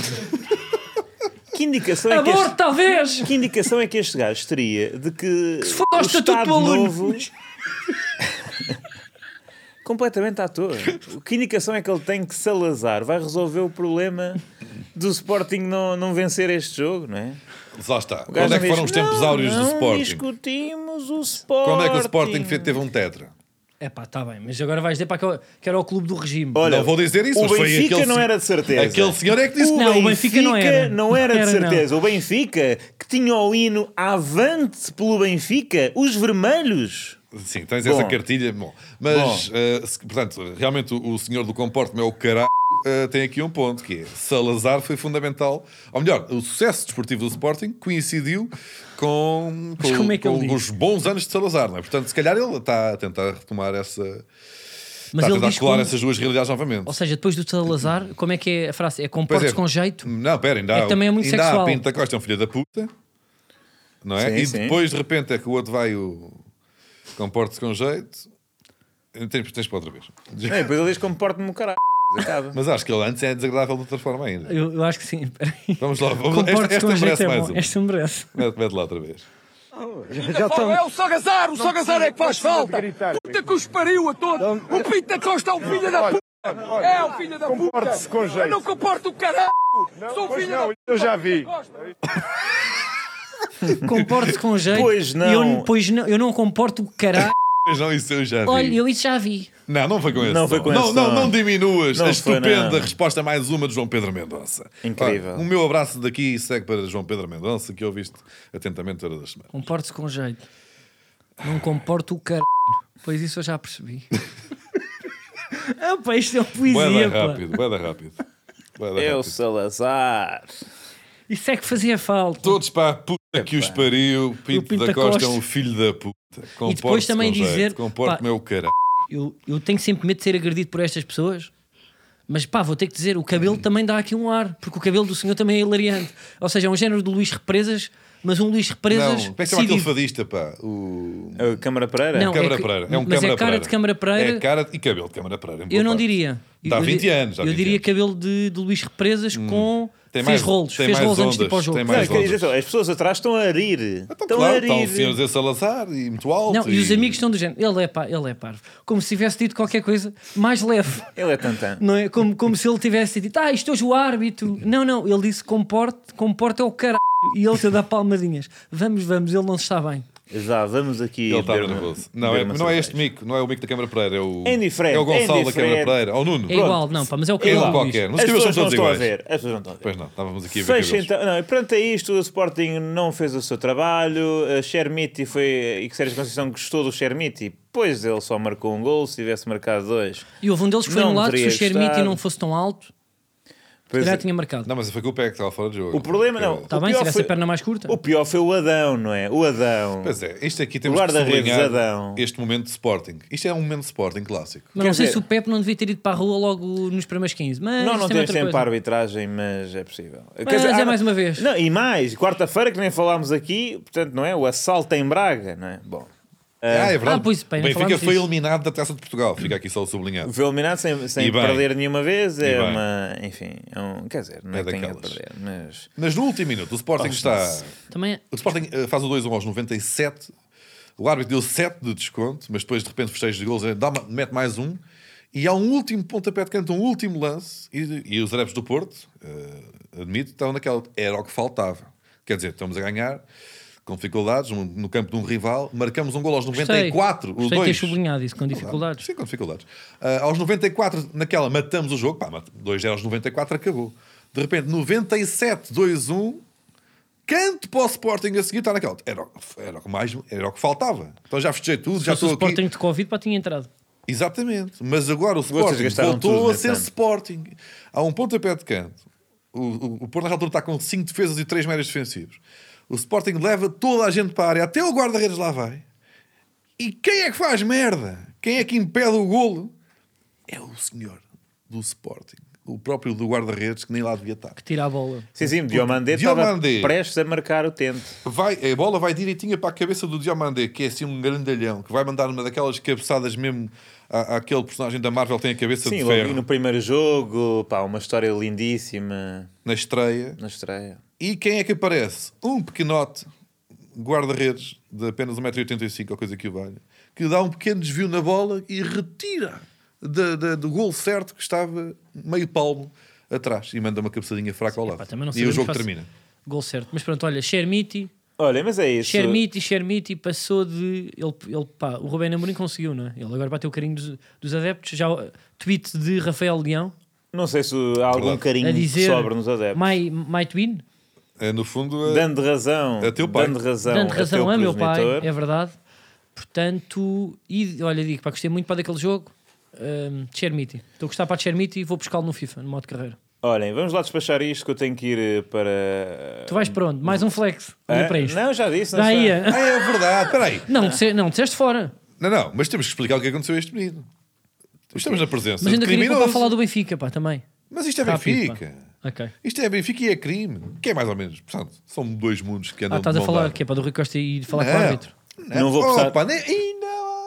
S3: Que indicação é que
S1: Aborto,
S3: este,
S1: talvez!
S3: que indicação é que este gajo teria de que,
S1: se foda ao
S3: o
S1: estatuto
S3: Estado
S1: do aluno.
S3: Novo completamente à toa. Que indicação é que ele tem que Salazar vai resolver o problema do Sporting não, não vencer este jogo, não é?
S2: Lá está.
S3: O gajo
S2: Quando é que
S3: diz,
S2: foram os tempos
S3: "Não,
S2: áureos do
S3: não
S2: Sporting?
S3: discutimos o Sporting.
S2: Quando é que o Sporting fe- teve um tetra?
S1: É pá, está bem, mas agora vais dizer para que, eu- que era o clube do regime.
S3: Olha,
S2: Não vou dizer isso,
S3: o
S2: mas foi
S3: Benfica
S2: aquele
S3: não
S2: se-
S3: era de certeza.
S2: Aquele senhor é que disse
S3: O
S1: Não, o Benfica não era.
S3: não era de
S1: Era, não.
S3: certeza. O Benfica, que tinha o hino avante pelo Benfica, os vermelhos.
S2: Sim, tens
S3: Bom.
S2: essa cartilha. Bom, mas, eh, se- portanto, realmente o, o senhor do comporte é o caralho. eh, tem aqui um ponto que é Salazar foi fundamental, ou melhor, o sucesso desportivo do Sporting coincidiu com,
S1: Mas
S2: com-
S1: como é que
S2: com
S1: ele diz?
S2: os bons anos de Salazar, não é? Portanto, se calhar ele está a tentar retomar essa,
S1: mas
S2: está a
S1: ele
S2: tentar
S1: diz
S2: colar
S1: como-
S2: essas duas realidades novamente.
S1: Ou seja, depois do Salazar, como é que é a frase? É comportes
S2: Pois é.
S1: com jeito?
S2: Não, pera, ainda
S1: É que
S2: há-
S1: também é muito
S2: ainda
S1: sexual.
S2: há Pinto da Costa, é um filho da puta, não é?
S3: Sim,
S2: e
S3: sim.
S2: depois de repente é que o outro vai o comporte-se com jeito. Tens, tens para outra vez.
S3: Não, e depois ele diz como porte-me o caralho. Acaba.
S2: Mas acho que ele antes é desagradável de outra forma ainda.
S1: Eu, eu acho que sim. peraí.
S2: Vamos lá, vamos lá. Esta,
S1: Comportes
S2: esta
S1: com jeito
S2: merece
S1: é
S2: mais um.
S1: bom.
S2: uma.
S1: Esta merece.
S2: Mete, mete lá outra vez.
S6: Já É o Sagazar, o Sagazar é que faz falta. Puta que os pariu a todos. O Pinto da Costa é um filho da puta. É um filho da puta. Eu não comporto o caralho. Sou um filho da puta. Eu já vi.
S1: Comportes com jeito.
S3: Pois não.
S1: E Eu, pois não. Eu não comporto o caralho.
S2: Mas não, isso eu já vi.
S1: Olha, eu isso já vi.
S2: Não, não foi com esse.
S3: Não
S2: tom.
S3: foi com
S2: não,
S3: esse
S2: não,
S3: tom.
S2: não diminuas
S3: Não
S2: a
S3: foi,
S2: estupenda
S3: não.
S2: resposta é mais uma de João Pedro Mendonça.
S3: Incrível.
S2: Pá, O meu abraço daqui segue para João Pedro Mendonça, que eu ouviste atentamente todas as semanas.
S1: Comportes com jeito. Não comporto o caralho. Pois isso eu já percebi. ah, pá, isto é uma
S2: Boeda
S1: poesia, pá.
S2: rápido, boeda rápido. Bué da
S3: É o
S2: rápido.
S3: Salazar.
S1: Isso é que fazia falta.
S2: Todos para a puta que os pariu, Pinto,
S1: Pinto
S2: da
S1: da
S2: Costa
S1: Costa.
S2: é um filho da puta. Comporte-se
S1: depois também
S2: com jeito,
S1: dizer,
S2: Comporte-me
S1: pá,
S2: é o caralho.
S1: Eu, eu tenho sempre medo de ser agredido por estas pessoas. Mas pá, vou ter que dizer, o cabelo também dá aqui um ar, porque o cabelo do senhor também é hilariante. Ou seja, é um género de Luís Represas, mas um Luís
S2: Não,
S1: Represas.
S2: como é que se chama aquele
S1: decidido.
S2: fadista, pá? O.
S3: É o Câmara Pereira?
S1: Não,
S2: Câmara
S1: é que-
S2: Pereira. É um
S1: mas é
S2: Câmara
S1: cara
S2: Pereira.
S1: de Câmara Pereira.
S2: É cara de- e cabelo de Câmara Pereira. é em boa
S1: Eu não
S2: parte.
S1: diria.
S2: Dá
S1: Eu di-
S2: 20 anos, dá
S1: Eu
S2: 20
S1: diria
S2: anos. Hum.
S1: cabelo de, de Luís Represas com.
S2: Tem
S1: fez
S2: mais-
S1: rolos,
S2: tem
S1: fez
S2: mais
S1: rolos antes de ir
S2: ondas,
S1: para o jogo.
S2: tem
S3: Não,
S2: mais
S3: é que quer
S2: longe.
S3: dizer só, as pessoas atrás estão a rir.
S2: Então,
S3: estão
S2: claro,
S3: a
S2: está o
S3: rir.
S2: senhor Zé Salazar e muito alto.
S1: Não, e os
S2: e-
S1: amigos estão do género. Ele é pá, ele é parvo. Como se tivesse dito qualquer coisa mais leve.
S3: Ele é tantã.
S1: Não é? Como, como se ele tivesse dito, ah, isto hoje o árbitro. Não, não, ele disse, comporte, comporte é o caralho. E ele te dá palmadinhas. Vamos, vamos, ele não está bem.
S3: Já vamos aqui.
S2: Ele está
S3: beber uma-
S2: nervoso. Não,
S3: beber
S2: é,
S3: uma
S2: não é
S3: cerveja.
S2: este mico, não é o mico da Câmara Pereira, é o.
S3: É indiferente,
S2: É o Gonçalo
S3: é
S2: da Câmara
S3: indiferente.
S2: Pereira, ou o Nuno.
S1: É igual, não, pá, mas é o
S2: É
S1: cabelo
S2: igual
S1: do Luís.
S2: qualquer. Não
S3: As
S2: se
S3: pessoas não
S2: são todos
S3: estão a
S2: iguais.
S3: ver. As pessoas não estão a ver.
S2: Pois não, estávamos aqui a ver.
S3: Fecha
S2: cabelos.
S3: então. Não, perante a isto, o Sporting não fez o seu trabalho. A Shermiti foi. E que Sérgio Conceição gostou do Shermiti. Pois ele só marcou um gol. Se tivesse marcado dois.
S1: E houve um deles que foi
S3: Não
S1: anulado se o
S3: deveria
S1: Xermiti
S3: estar.
S1: não fosse tão alto,
S3: Pois
S1: já
S3: é.
S1: tinha marcado.
S2: Não, mas foi culpa é que estava fora de jogo.
S3: O problema não.
S1: Está
S3: o
S1: bem, se
S3: pior
S1: tivesse
S3: foi-
S1: a perna mais curta.
S3: O pior foi o Adão, não é? O Adão.
S2: Pois é, isto aqui temos que
S3: Guarda-redes,
S2: sublinhar
S3: Adão.
S2: este momento de Sporting. Isto é um momento de Sporting clássico.
S1: Mas
S3: Quer
S1: não sei
S3: dizer-
S1: se o Pepe não devia ter ido para a rua logo nos primeiros 15. Mas
S3: Não, não
S1: isso também é
S3: temos
S1: outra
S3: tempo
S1: coisa.
S3: para arbitragem, mas é possível. Mas
S1: é mais uma vez.
S3: Não, e mais, quarta-feira que nem falámos aqui, portanto, não é? O assalto em Braga, não é? Bom,
S2: Ah, é verdade.
S1: Ah, pois, bem,
S2: Benfica
S1: falámos
S2: foi
S1: disso.
S2: eliminado da Taça de Portugal. Fica aqui só o sublinhado.
S3: foi eliminado sem, sem
S2: E bem.
S3: perder nenhuma vez, é
S2: E bem.
S3: uma. Enfim, é um, quer dizer, não é,
S2: É
S3: que tenha de
S2: daquelas.
S3: perder, mas.
S2: Mas no último minuto, o Sporting está.
S1: Também é-
S2: O Sporting eh, faz o 2-1 aos 97. O árbitro deu 7 de desconto, mas depois de repente festejos de gols, eh, dá uma- mete mais um. E há um último pontapé de canto, um último lance. E, e os adeptos do Porto, eh, admito, estavam naquela. Era o que faltava. Quer dizer, estamos a ganhar com dificuldades um- no campo de um rival. Marcamos um gol aos
S1: Gostei.
S2: 94.
S1: Gostei
S2: o
S1: de ter
S2: 2.
S1: sublinhado isso com dificuldades.
S2: Sim, com dificuldades. Ah, aos 94, naquela, matamos o jogo. Pá, 2 0 aos 94, acabou. De repente, 97, 2-1. Canto para o Sporting a seguir, está naquela. Era, o- era, o que mais, era o que faltava. Então já festejei tudo, já
S1: Já se o
S2: estou aqui.
S1: Sporting de Covid, pá, tinha entrado.
S2: Exatamente. Mas agora o Sporting
S3: gastaram
S2: voltou
S3: tudo
S2: a
S3: nesse
S2: ser
S3: ano.
S2: Sporting. Há um pontapé de canto. O, o, o Porto, nesta altura, está com 5 defesas e 3 médios defensivos. O Sporting leva toda a gente para a área, até o guarda-redes lá vai. E quem é que faz merda? Quem é que impede o golo? É o senhor do Sporting. O próprio do guarda-redes, que nem lá devia estar.
S1: Que tira a bola.
S3: Sim, sim, Diomandé estava
S2: Diomandé.
S3: prestes a marcar o tente.
S2: Vai, a bola vai direitinha para a cabeça do Diamandé, que é assim um grandalhão, que vai mandar uma daquelas cabeçadas mesmo à, àquele personagem da Marvel que tem a cabeça
S3: Sim,
S2: de
S3: logo
S2: ferro
S3: ali no primeiro jogo, pá, uma história lindíssima
S2: na estreia.
S3: na estreia.
S2: E quem é que aparece? Um pequenote guarda-redes um de apenas 1,85m, ou coisa que o valha, que dá um pequeno desvio na bola e retira da- da- do gol certo que estava meio palmo atrás e manda uma cabeçadinha fraca ao lado.
S1: Pá, também não
S2: e o
S1: sabemos
S2: jogo
S1: fazer-
S2: termina.
S1: Gol certo. Mas pronto, olha, Xermiti,
S3: Olha, mas é isso.
S1: Xermiti, Xermiti passou de. Ele, ele, pá, o Rubén Amorim conseguiu, não é? Ele agora bateu o carinho dos, dos adeptos. Já o eh, tweet de Rafael Leão
S3: Não sei se há algum
S2: Verdade.
S3: carinho
S1: a
S3: que
S1: dizer.
S3: sobra nos adeptos.
S1: My, my twin,
S2: É, no fundo, é-
S3: Dando razão.
S2: É teu pai.
S3: Dando razão.
S1: dando
S3: a
S1: razão
S3: teu
S1: a meu pai,
S3: progenitor.
S1: é verdade. Portanto, e olha, digo, pá, gostei muito para daquele jogo. Hum, Xermiti, estou a gostar para Xermiti e vou buscá-lo no FIFA, no modo carreira.
S3: Olhem, vamos lá despachar isto que eu tenho que ir eh, para.
S1: Tu vais para onde? Mais um flex.
S3: Ah,
S1: Olha para isto.
S3: Ehm, Não, já disse. Não
S1: Daí,
S3: sei.
S1: ah,
S2: Ah, é verdade. Espera aí.
S1: não, disse- não, disseste fora.
S2: Não, não, mas temos que explicar o que aconteceu a este menino. Estamos na presença
S1: Mas
S2: de
S1: ainda queria para
S2: criminoso.
S1: falar do Benfica, pá, também.
S2: Mas isto é
S1: Rápido,
S2: Benfica.
S1: pá. Ok. Ah,
S2: Isto é Benfica e é crime. Que é mais ou menos. Portanto, são dois mundos que andam
S1: Ah, estás a
S2: de mão
S1: falar
S2: dada.
S1: o quê? Para do Rui Costa e falar com o
S2: Não.
S1: árbitro.
S3: Não vou precisar.
S2: Opa, nem, ainda,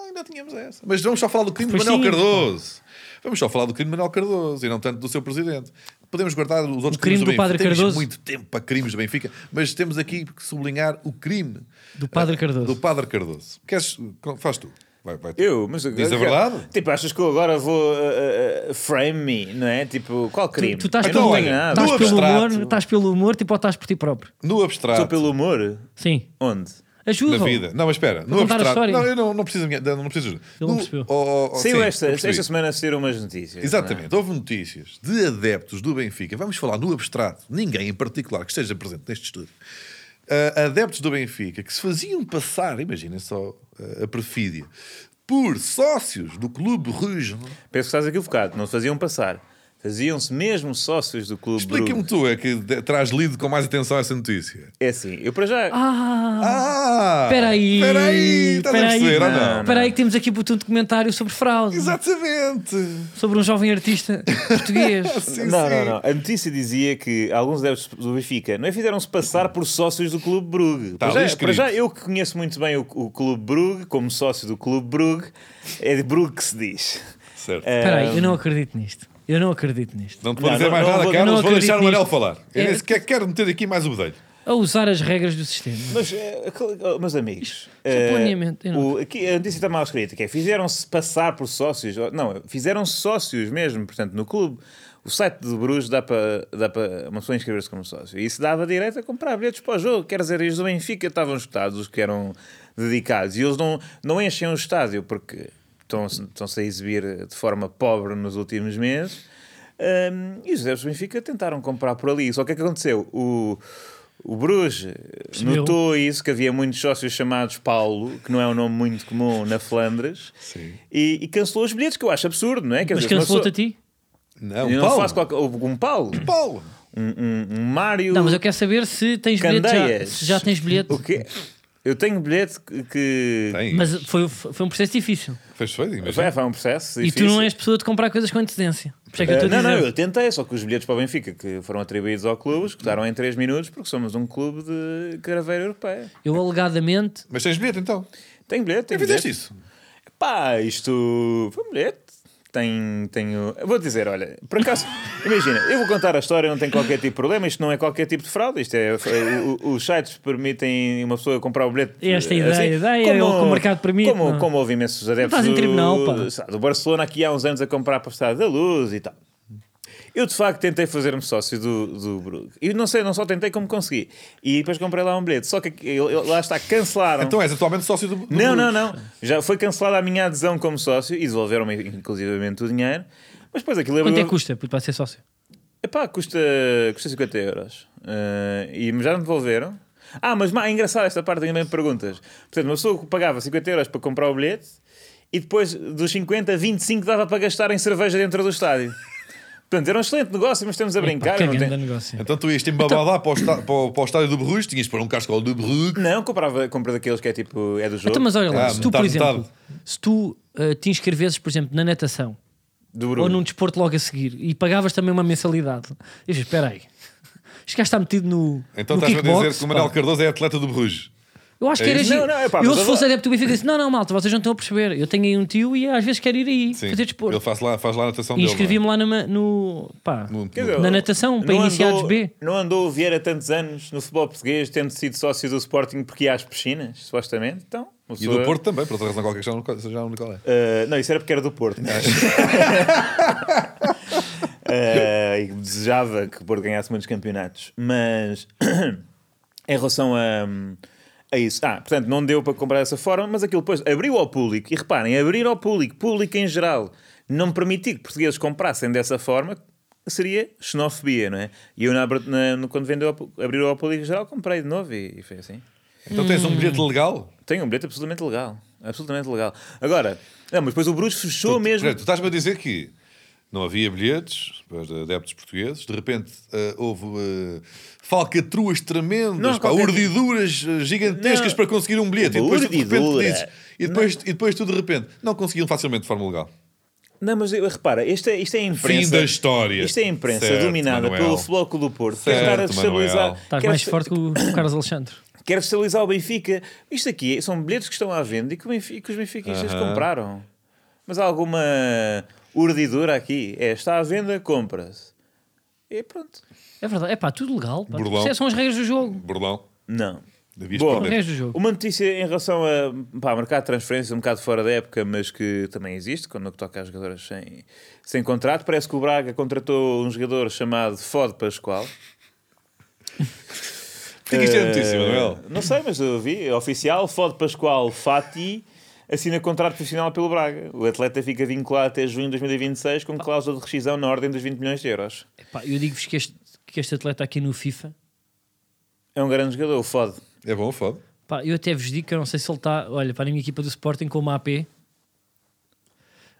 S2: ainda tínhamos essa. Mas vamos só falar do crime
S1: Pois
S2: de Manuel
S1: sim.
S2: Cardoso. Vamos só falar do crime de Manuel Cardoso e não tanto do seu presidente. Podemos guardar os outros
S1: O crime
S2: crimes
S1: do
S2: Benfica.
S1: Padre
S2: temos
S1: Cardoso.
S2: muito tempo para crimes do Benfica, mas temos aqui que sublinhar o crime
S1: Do Padre
S2: eh,
S1: Cardoso.
S2: Do Padre Cardoso. Queres, faz tu. Vai, vai tu.
S3: Eu, mas
S2: Diz a verdade.
S3: Tipo, achas que eu agora vou eh, eh, frame me, não é? Tipo, qual crime?
S1: Tu, tu estás,
S3: eu
S1: pelo,
S3: não
S2: Então,
S3: tenho
S2: olha,
S3: nada.
S1: estás
S2: No
S1: pelo
S2: abstrato.
S1: humor, estás pelo humor, tipo, ou estás por ti próprio.
S2: No
S3: Estou
S2: abstrato.
S3: pelo humor?
S1: Sim.
S3: Onde?
S1: Ajuda.
S2: Na vida. Não, mas espera. No
S1: contar a
S2: abstrato.
S1: história.
S2: Não, eu não, não preciso. da minha- da- Não preciso.
S1: Ele não percebeu.
S2: Oh, oh,
S3: Saiu
S2: sim,
S3: esta,
S2: eu percebi.
S3: esta semana saíram umas notícias. é?
S2: Exatamente. Houve notícias de adeptos do Benfica. Vamos falar no abstrato. Ninguém em particular que esteja presente neste estudo. Ah, adeptos do Benfica que se faziam passar, imaginem só ah, a perfídia, por sócios do Clube Rouge.
S3: não é? Penso que estás equivocado, não se faziam passar. Faziam-se mesmo sócios do clube.
S2: Explica-me
S3: Brugge.
S2: tu, é que de- traz lido com mais atenção essa notícia.
S3: É assim, eu para já.
S1: Ah,
S2: Ah!
S1: espera aí.
S2: Espera aí! Estás a
S1: espera aí.
S2: perceber ou não?
S1: Espera aí que temos aqui botão de comentário sobre fraude.
S2: Exatamente!
S1: Sobre um jovem artista português.
S2: Sim,
S3: não,
S2: sim.
S3: não, não. A notícia dizia que alguns adeptos do Benfica não é fizeram-se passar por sócios do Clube Brugge.
S2: Tá
S3: para,
S2: ali
S3: já,
S2: escrito.
S3: para já, eu que conheço muito bem o, o Clube Brugge, como sócio do Clube Brugge, é de Brugge que se diz.
S2: Certo.
S3: Eh,
S1: Espera aí, eu não acredito nisto. Eu não acredito nisto.
S2: Não te vou
S3: Não,
S2: dizer
S3: não,
S2: mais
S3: não
S2: nada,
S3: vou-
S1: não
S2: Carlos. Vou deixar o
S1: acredito
S2: Manel
S1: nisto.
S2: falar. Eu
S1: É-
S2: nem sequer quero meter aqui mais o bedelho.
S1: A usar as regras do sistema.
S3: Mas, eh, aquele- oh, meus amigos,
S1: é
S3: eh,
S1: planeamento, eu não-
S3: o, aqui, a notícia está mal escrita, que é fizeram-se passar por sócios, ou- não, fizeram-se sócios mesmo, portanto, no clube. O site do Bruges dá para dá para uma pessoa inscrever-se como sócio. E isso dava direito a comprar bilhetes para o jogo. Quer dizer, os do Benfica estavam escutados, os que eram dedicados. E eles não, não enchem o estádio porque estão-se estão-se a exibir de forma pobre nos últimos meses. Um, e os adeptos do Benfica tentaram comprar por ali. Só que o que é que aconteceu? O, o Bruges
S1: Percebeu.
S3: notou isso, que havia muitos sócios chamados Paulo, que não é um nome muito comum na Flandres, e, e cancelou os bilhetes, que eu acho absurdo, não é? Quer
S1: Mas
S3: dizer, uma
S1: cancelou-te a
S3: pessoa-
S1: ti?
S2: Não,
S3: Eu não
S2: Paulo.
S3: faço qualquer- um Paulo,
S2: Paulo.
S3: um, um- um Mário.
S1: Não, mas eu quero saber se tens bilhete já.
S3: Candeias.
S1: Se já tens bilhete.
S3: O quê? Eu tenho um bilhete que- que.
S2: Tem.
S1: Mas foi, foi um processo difícil.
S2: Fez feio, imagina.
S3: Foi, foi um processo.
S1: E tu
S3: difícil.
S1: não és pessoa de comprar coisas com antecedência. Por isso é que eu
S3: Eh,
S1: estou a
S3: não, não,
S1: dizer.
S3: eu tentei, só que os bilhetes para o Benfica que foram atribuídos ao clube escutaram em 3 minutos porque somos um clube de caraveira europeia.
S1: Eu alegadamente.
S2: Mas tens bilhete então?
S3: Tem bilhete, tem
S2: E fizeste
S3: bilhete.
S2: isso?
S3: Pá, isto foi um bilhete. Tenho, tenho. eu Vou dizer, olha, por acaso, imagina, eu vou contar a história, não tem qualquer tipo de problema, isto não é qualquer tipo de fraude, isto é. o- o- Os sites permitem uma pessoa comprar o bilhete. eh, assim,
S1: Esta ideia, ideia, é o que o mercado permite,
S3: Como,
S1: não?
S3: como houve imensos adeptos
S1: estás em
S3: do,
S1: tribunal, pá.
S3: sabe, do Barcelona aqui há uns anos a comprar para o Estado da Luz e tal. Eu de facto tentei fazer-me sócio do, do Brugge. E não sei, não só tentei como consegui. E depois comprei lá um bilhete. Só que aqui- lá está, cancelaram.
S2: Então és atualmente sócio do. do
S3: Não,
S2: Bruges.
S3: não, não. Já foi cancelada a minha adesão como sócio e devolveram-me inclusivamente o dinheiro. Mas depois aquilo
S1: Quanto é
S3: abriu-
S1: que custa puto, para ser sócio?
S3: Epá, custa, custa 50 euros. Eh, e já me devolveram. Ah, mas má, é engraçado esta parte, tenho mesmo perguntas. Portanto, uma pessoa que pagava 50 euros para comprar o bilhete e depois dos 50, 25 dava para gastar em cerveja dentro do estádio. Portanto, era um excelente negócio, mas estamos a brincar.
S1: Pá, que
S3: não,
S1: grande
S3: tem-
S1: negócio.
S2: Então tu ias te embabar para, o esta- para, o- para o estádio do Bruges, tinhas para um casco do Bruges.
S3: não comprava, compra daqueles que é tipo, é do jogo.
S1: Então, mas olha lá,
S2: Ah,
S1: se tu,
S2: metade,
S1: por exemplo,
S2: metade.
S1: se tu ah, te inscrevesses, por exemplo, na natação
S3: do
S1: ou
S3: Bruno.
S1: num desporto logo a seguir e pagavas também uma mensalidade, eu dizia, espera aí, este gajo está metido no.
S2: Então
S1: no
S2: estás-me a
S1: kickbox,
S2: dizer que o Manuel
S1: pá."
S2: Cardoso é atleta do Bruges.
S1: Eu acho
S2: É
S1: que era
S2: isso?
S1: giro.
S3: Não, não, é pá,
S1: eu,
S3: mas
S1: se fosse
S3: agora-
S1: adepto do Benfica, disse: Não, não, malta, vocês não estão a perceber. Eu tenho aí um tio e às vezes quero ir aí
S2: Sim.
S1: fazer desporto.
S2: Ele faz lá, faz lá a natação
S1: E
S2: dele.
S1: inscrevi-me lá numa- no. pá,
S2: não é? No-
S3: Quer
S2: no-
S3: dizer,
S1: Na natação, para
S3: não
S1: iniciados
S3: andou-
S1: B.
S3: Não andou o Vieira tantos anos no futebol português, tendo sido sócio do Sporting porque ia às piscinas, supostamente. Então, Uma
S2: E
S3: pessoa-
S2: do Porto também, por outra razão qualquer que já não, já não qual é.
S3: Uh, não, é? isso era porque era do Porto. Uh, e desejava que o Porto ganhasse muitos campeonatos. Mas em relação a, a isso, ah, portanto, não deu para comprar dessa forma, mas aquilo depois abriu ao público. E reparem, abrir ao público, público em geral, não permitir que portugueses comprassem dessa forma seria xenofobia, não é? E eu, na, abra- na- no- quando vendeu ao pu- abriu ao público em geral, comprei de novo e, e foi assim.
S2: Então tens um bilhete legal?
S3: Tenho um bilhete absolutamente legal. Absolutamente legal. Agora, não, mas depois o Bruges fechou mesmo.
S2: Portanto, tu estás-me a dizer que não havia bilhetes para adeptos portugueses, de repente ah, houve ah, falcatruas tremendas,
S3: Não,
S2: pá,
S3: qualquer-
S2: urdiduras ah, gigantescas
S3: Não.
S2: para conseguir um bilhete.
S3: Uma
S2: e, depois, tu, de repente,
S3: urdidura.
S2: dizes, e, depois, e depois tu de repente não conseguiam facilmente de forma legal.
S3: Não, mas eu- repara, isto é, isto é a
S2: Fim
S3: imprensa.
S2: da história.
S3: Isto é a imprensa
S2: Certo,
S3: dominada
S2: Manuel.
S3: pelo Futebol Clube do Porto.
S2: Certo,
S3: quer estar a
S2: Manuel.
S3: destabilizar.
S1: Estás
S3: quer
S1: mais
S3: esta-
S1: forte que o que o Carlos Alexandre.
S3: Quer destabilizar o Benfica. Isto aqui são bilhetes que estão à venda e que, o Benfica, que os benfiquistas compraram. Mas há alguma urdidura aqui. É, está à venda, compra-se. E pronto.
S1: É verdade, é pá, tudo legal. Pá. é,
S2: Burlão.
S1: São as regras do jogo.
S2: Burlão.
S3: Não.
S2: Devias
S3: Bom,
S1: As
S2: perder.
S1: regras do jogo.
S3: Uma notícia em relação a pá, mercado de transferências, um bocado fora da época, mas que também existe, quando no que toca a jogadoras sem, sem contrato. Parece que o Braga contratou um jogador chamado Fode Pascoal.
S2: Porquê que isto é
S3: Eh,
S2: notícia, Manuel?
S3: Não sei, mas eu vi. É Oficial, Fode Pascoal Fati assina contrato profissional pelo Braga. O atleta fica vinculado até junho de 2026 com cláusula de rescisão na ordem dos 20 milhões de euros.
S1: Epá, eu digo-vos que este, que este atleta aqui no FIFA,
S3: É um grande jogador, o Fode.
S2: É bom, foda.
S1: pá, eu até vos digo que eu não sei se ele está, olha, para a minha equipa do Sporting com uma AP,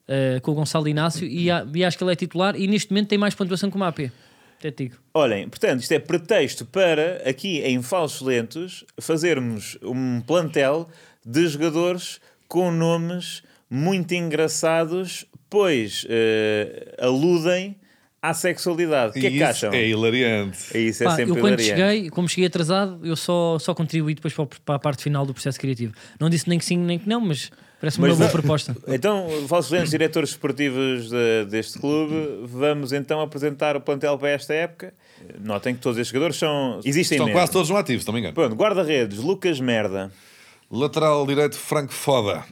S1: eh, com o Gonçalo Inácio, e, a- e acho que ele é titular e neste momento tem mais pontuação que uma AP. Até te digo.
S3: Olhem, portanto, isto é pretexto para, aqui em Falsos Lentos, fazermos um plantel de jogadores com nomes muito engraçados, pois eh, aludem à sexualidade. O que é
S2: E
S3: que
S2: isso
S3: acham?
S2: É hilariante.
S3: Isso é
S1: Pá, eu
S3: sempre
S1: quando
S3: hilariante.
S1: cheguei, como cheguei atrasado, eu só, só contribuí depois para, o- para a parte final do processo criativo. Não disse nem que sim nem que não, mas parece-me uma
S3: Mas
S1: boa
S3: não-
S1: proposta.
S3: Então, falsos lentos, diretores esportivos de- deste clube, vamos então apresentar o plantel para esta época. Notem que todos estes jogadores são. Existem
S2: Estão
S3: mesmo.
S2: quase todos no ativo, se não me engano.
S3: Pronto, guarda-redes, Lucas Merda.
S2: Lateral direito, Franco Foda.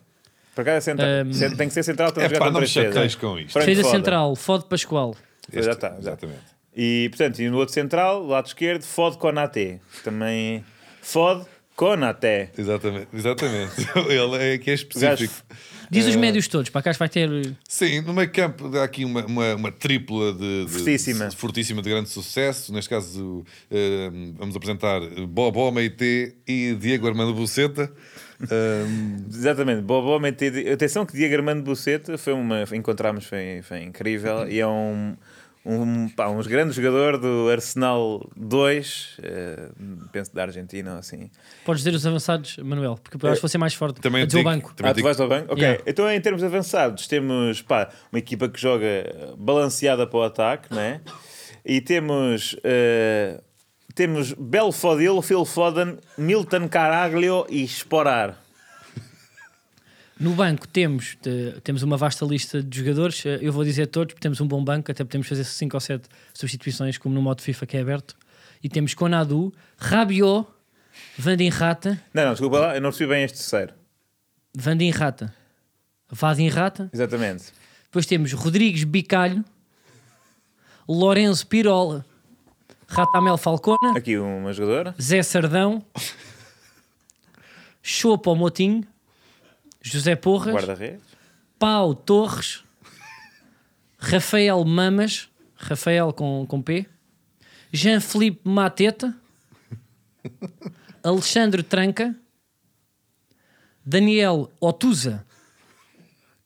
S3: Para cá é central. Cent- Tem que ser central para
S2: É
S3: jogar
S2: pá,
S3: com
S2: não me
S3: três defesas.
S2: chateis com isto.
S3: Franco
S1: Defesa
S3: Foda.
S1: central, Fode Pascoal.
S3: Pois já está. já.
S2: Exatamente.
S3: E portanto, e no outro central, lado esquerdo, Fode Conaté. que Também. Fode Conaté.
S2: Exatamente, exatamente. Ele é que é específico.
S1: Diz
S3: Eh,
S1: os médios todos, para cá acho que vai ter
S2: Sim, no meio campo há aqui uma, uma, uma tripla de, de-
S3: Fortíssima.
S2: de- fortíssima de grande sucesso. Neste caso, eh, vamos apresentar Bobó Meite e Diego Armando Buceta. Eh,
S3: Exatamente, Bobó Metedi. Atenção que Diego Armando Buceta foi uma. Encontramos, foi, foi incrível e é um. Um, pá, um grande jogador do Arsenal 2, eh, penso da Argentina ou assim.
S1: Podes dizer os avançados, Manuel, porque eu acho que você é mais forte.
S2: também
S1: a dizer o
S2: digo-
S1: banco.
S2: também
S3: Ah, tu
S2: digo-
S3: vais ao banco? Ok.
S1: Yeah.
S3: Então, em termos avançados, temos pá, uma equipa que joga eh, balanceada para o ataque, né? E temos. eh, temos Belfodil, Phil Foden, Milton Caraglio e Sporar.
S1: No banco temos, eh, temos uma vasta lista de jogadores. eh, Eu vou dizer todos, porque temos um bom banco, até podemos fazer 5 ou 7 substituições, como no modo FIFA que é aberto. E temos Conadu, Rabiot, Vandin Rata,
S3: Não, não, desculpa lá, eu não percebi bem este terceiro.
S1: Vandin Rata, Vadin Rata.
S3: Exatamente.
S1: Depois temos Rodrigues Bicalho, Lourenço Pirola, Ratamel Falcona,
S3: Aqui uma jogadora.
S1: Zé Sardão, Chopo Motinho, José Porras.
S3: Guarda-redes.
S1: Pau Torres, Rafael Mamas, Rafael com, com P, Jean-Philippe Mateta, Alexandre Tranca, Daniel Otusa,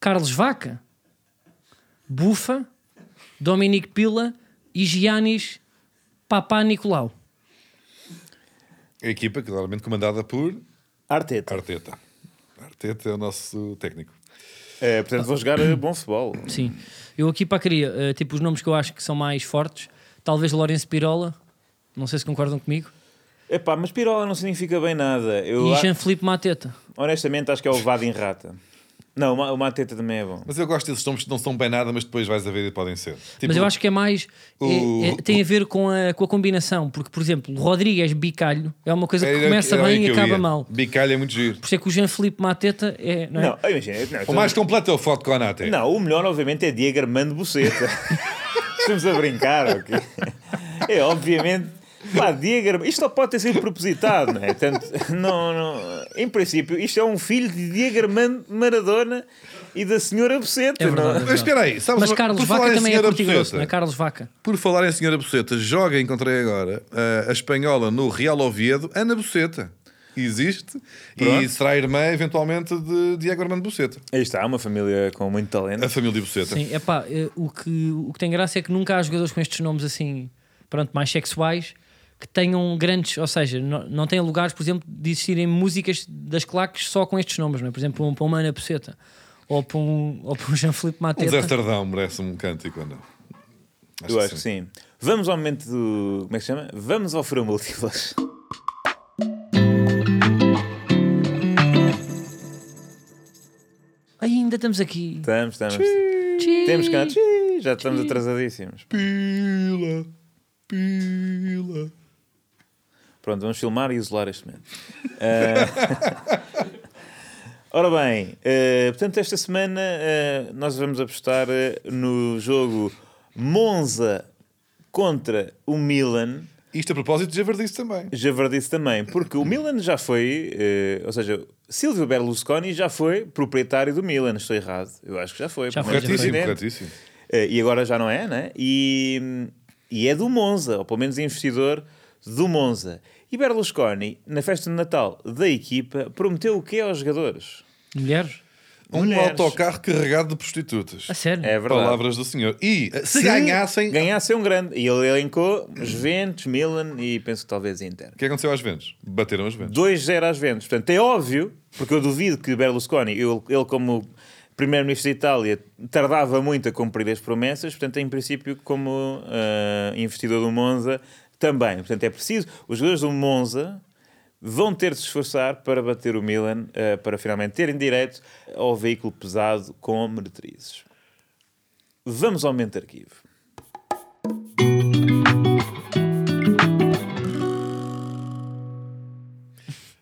S1: Carlos Vaca, Bufa, Dominique Pila e Giannis Papá Nicolau.
S2: a equipa é claramente comandada por
S3: Arteta.
S2: Arteta. Arteta é o nosso técnico.
S3: Eh, portanto, vou jogar eh, bom futebol.
S1: Sim. Eu aqui para queria, eh, tipo, os nomes que eu acho que são mais fortes, talvez Lourenço Pirola, não sei se concordam comigo,
S3: Epá, mas Pirola não significa bem nada. Eu,
S1: e
S3: a-
S1: Jean-Philippe Mateta.
S3: honestamente, acho que é o Vadin Rata. Não, o Ma- o Mateta também é bom.
S2: Mas eu gosto desses nomes que não são bem nada, mas depois vais a ver e podem ser. Tipo,
S1: Mas eu acho que é mais. é-
S2: o-
S1: é- tem a ver com a, com a combinação, porque, por exemplo, Rodrigues Bicalho é uma coisa que
S2: era-
S1: começa
S2: era aí
S1: bem e
S2: que eu
S1: acaba
S2: ia.
S1: mal.
S2: Bicalho é muito giro.
S1: Por isso é que o Jean Filipe Mateta é. Não é?
S3: Não, imagina. não,
S2: O
S3: então-
S2: mais completo é o Foto Conate.
S3: Não, o melhor, obviamente, é Diego Armando Buceta. Estamos a brincar, ok? É, obviamente. Pá, Diego Armando. Isto só pode ter sido propositado, não é? Tanto, não, não. Em princípio, isto é um filho de Diego Armando Maradona e da senhora Buceta.
S1: É verdade.
S2: Mas espera aí, sabes
S1: Mas
S2: uma-
S1: Carlos
S2: por falar
S1: Vaca
S2: em
S1: também é
S2: senhora
S1: curtigoso,
S2: Buceta,
S1: não é? Carlos Vaca.
S2: Por falar em Senhora Buceta, joga, encontrei agora, eh, a- a espanhola no Real Oviedo, Ana Buceta. Existe e
S3: Pronto.
S2: será irmã eventualmente de Diego Armando Buceta.
S3: Aí está, uma família com muito
S2: A
S3: talento.
S2: família Buceta.
S1: Sim, é pá, o que, o que tem graça é que nunca há jogadores com estes nomes assim, pronto, mais sexuais, que tenham grandes, ou seja, não, não têm lugares, por exemplo, de existirem músicas das claques só com estes nomes, não é? Por exemplo, para um- para uma Ana Poceta ou para um, ou para um Jean Filipe
S2: Um Zé
S1: Mateta.
S2: Sardão merece um cântico, ou não? Acho
S3: Eu acho que sim. Vamos ao momento do. Como é que se chama? Vamos ao Fura Múltiplas.
S1: Ainda estamos aqui.
S3: Estamos, estamos. Temos cantos. Já estamos atrasadíssimos.
S2: Pila, pila.
S3: Pronto, vamos filmar e isolar este momento. Ah, Ora bem, eh, portanto, esta semana eh, nós vamos apostar eh, no jogo Monza contra o Milan.
S2: Isto a propósito de Javerdice também.
S3: Já disse também, porque o Milan já foi, eh, ou seja, Silvio Berlusconi já foi proprietário do Milan. Estou errado, eu acho que já foi.
S1: Já
S3: pelo
S1: foi,
S3: menos
S1: já foi.
S2: Corretíssimo,
S3: presidente.
S2: corretíssimo.
S3: Eh, e agora já não é, né? E, e é do Monza, ou pelo menos investidor do Monza. E Berlusconi, na festa de Natal da equipa, prometeu o quê aos jogadores?
S1: Mulheres?
S2: Um
S3: Mulheres.
S2: autocarro carregado de prostitutas.
S1: A sério?
S3: É verdade.
S2: Palavras do senhor. E eh, se, ganhassem.
S3: Ganhasse é um grande. E ele elencou Juventus, Milan e penso que talvez Inter.
S2: O que aconteceu às Ventes? Bateram as Ventes.
S3: 2-0 às Juventus. Portanto, é óbvio, porque eu duvido que Berlusconi, ele, ele como primeiro-ministro da Itália, tardava muito a cumprir as promessas, portanto, em princípio, como ah, investidor do Monza, também. Portanto, é preciso. Os jogadores do Monza vão ter de se esforçar para bater o Milan, ah, para finalmente terem direito ao veículo pesado com meretrizes. Vamos ao momento de arquivo.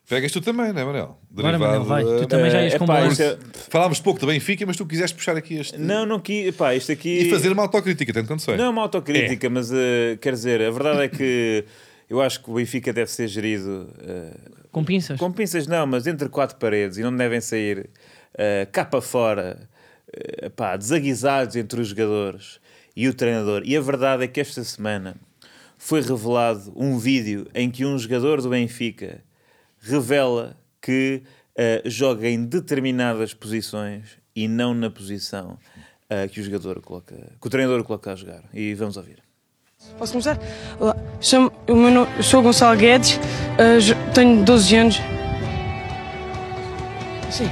S2: Pegas tu também, não é, Manel?
S1: Bora, Manel, vai.
S2: da-
S1: Tu também já ias
S3: Eh,
S1: com
S3: epá,
S1: balanço.
S3: isto é-
S2: Falámos pouco da Benfica, mas tu quiseste puxar aqui este.
S3: Não, não quis. Pá, isto aqui.
S2: E fazer uma autocrítica, tem condições.
S3: Não é uma autocrítica, mas eh, quer dizer, a verdade é que eu acho que o Benfica deve ser gerido eh,
S1: Com pinças?
S3: com pinças, não, mas entre quatro paredes e não devem sair eh, cá para fora, eh, pá, desaguisados entre os jogadores e o treinador. E a verdade é que esta semana foi revelado um vídeo em que um jogador do Benfica revela que eh, joga em determinadas posições e não na posição eh, que o jogador coloca, que o treinador coloca a jogar. E vamos ouvir.
S9: Posso começar? Olá, chamo, o meu nome, eu sou Gonçalo Guedes, eh, jo- tenho 12 anos. Sim.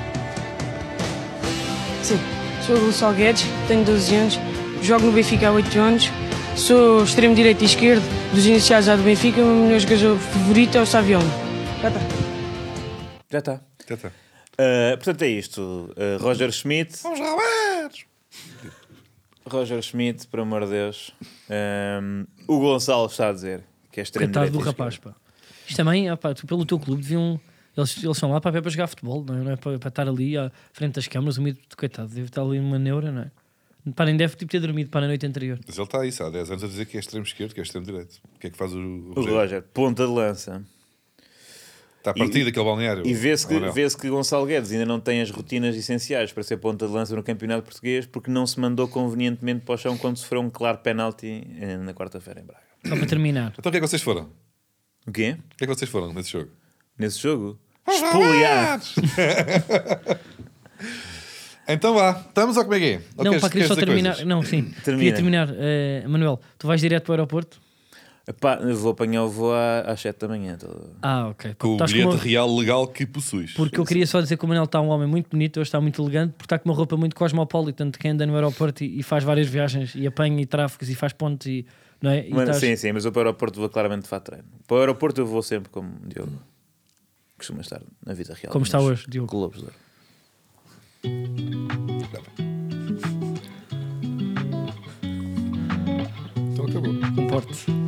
S9: Sim, sou Gonçalo Guedes, tenho 12 anos, jogo no Benfica há 8 anos, sou extremo direito e esquerdo, dos iniciais já do Benfica, o meu melhor jogador favorito é o Saviola. Já está.
S3: Já está.
S2: Tá, tá.
S3: Uh, portanto, é isto. Uh, Roger Schmidt. Vamos roubar! Roger Schmidt, por amor de Deus. Um, o Gonçalo está a dizer que é extremo
S1: Coitado do
S3: direito e
S1: rapaz,
S3: esquerdo.
S1: pá. Isto também, ah, pá, tu, pelo teu clube deviam. Eles, eles são lá para, para jogar futebol, não é? Não é para, para estar ali à frente das câmaras, o miúdo, coitado, deve estar ali numa neura, não é? Pá, nem deve tipo, ter dormido para a noite anterior.
S2: Mas ele está aí, sabe, há 10 anos a dizer que é extremo esquerdo, que é extremo direito. O que é que faz o.
S3: O Roger, ponta de lança.
S2: Está a partir daquele balneário. Ah,
S3: E vê-se que,
S2: ou não?
S3: vê que Gonçalo Guedes ainda não tem as rotinas essenciais para ser ponta de lança no campeonato português porque não se mandou convenientemente para o chão quando sofreu um claro penalti eh, na quarta-feira em Braga.
S1: Só para terminar.
S2: Então o que é que vocês foram? O
S3: O quê?
S2: que é que vocês foram nesse jogo?
S3: Nesse jogo? Espoliados!
S2: Então vá, estamos ao como é que é? Ou
S1: não,
S2: queres-
S1: para queria
S2: queres
S1: só
S2: dizer
S1: terminar.
S2: coisas?
S1: Não, sim. Queria terminar. eh, Manuel, tu vais direto para o aeroporto?
S3: Epá, eu vou apanhar o voo à- às 7 da manhã. tô-
S1: Ah, ok.
S2: Com o
S1: Estás
S2: bilhete
S1: uma-
S2: real legal que possuis.
S1: Porque eu queria só dizer que o Manuel está um homem muito bonito, hoje está muito elegante, porque está com uma roupa muito cosmopolitan de quem anda no aeroporto e, e faz várias viagens e apanha e tráfegos e faz pontes e. Não é? E
S3: Mas-
S1: estás-
S3: Sim, sim, mas eu para o aeroporto vou claramente de fato treino. Para o aeroporto eu vou sempre como Diogo. Costuma estar na vida real.
S1: Como está
S3: nos
S1: hoje, Diogo?
S3: Globos de Ouro.
S2: Tá bem. Então acabou.
S1: Comporte.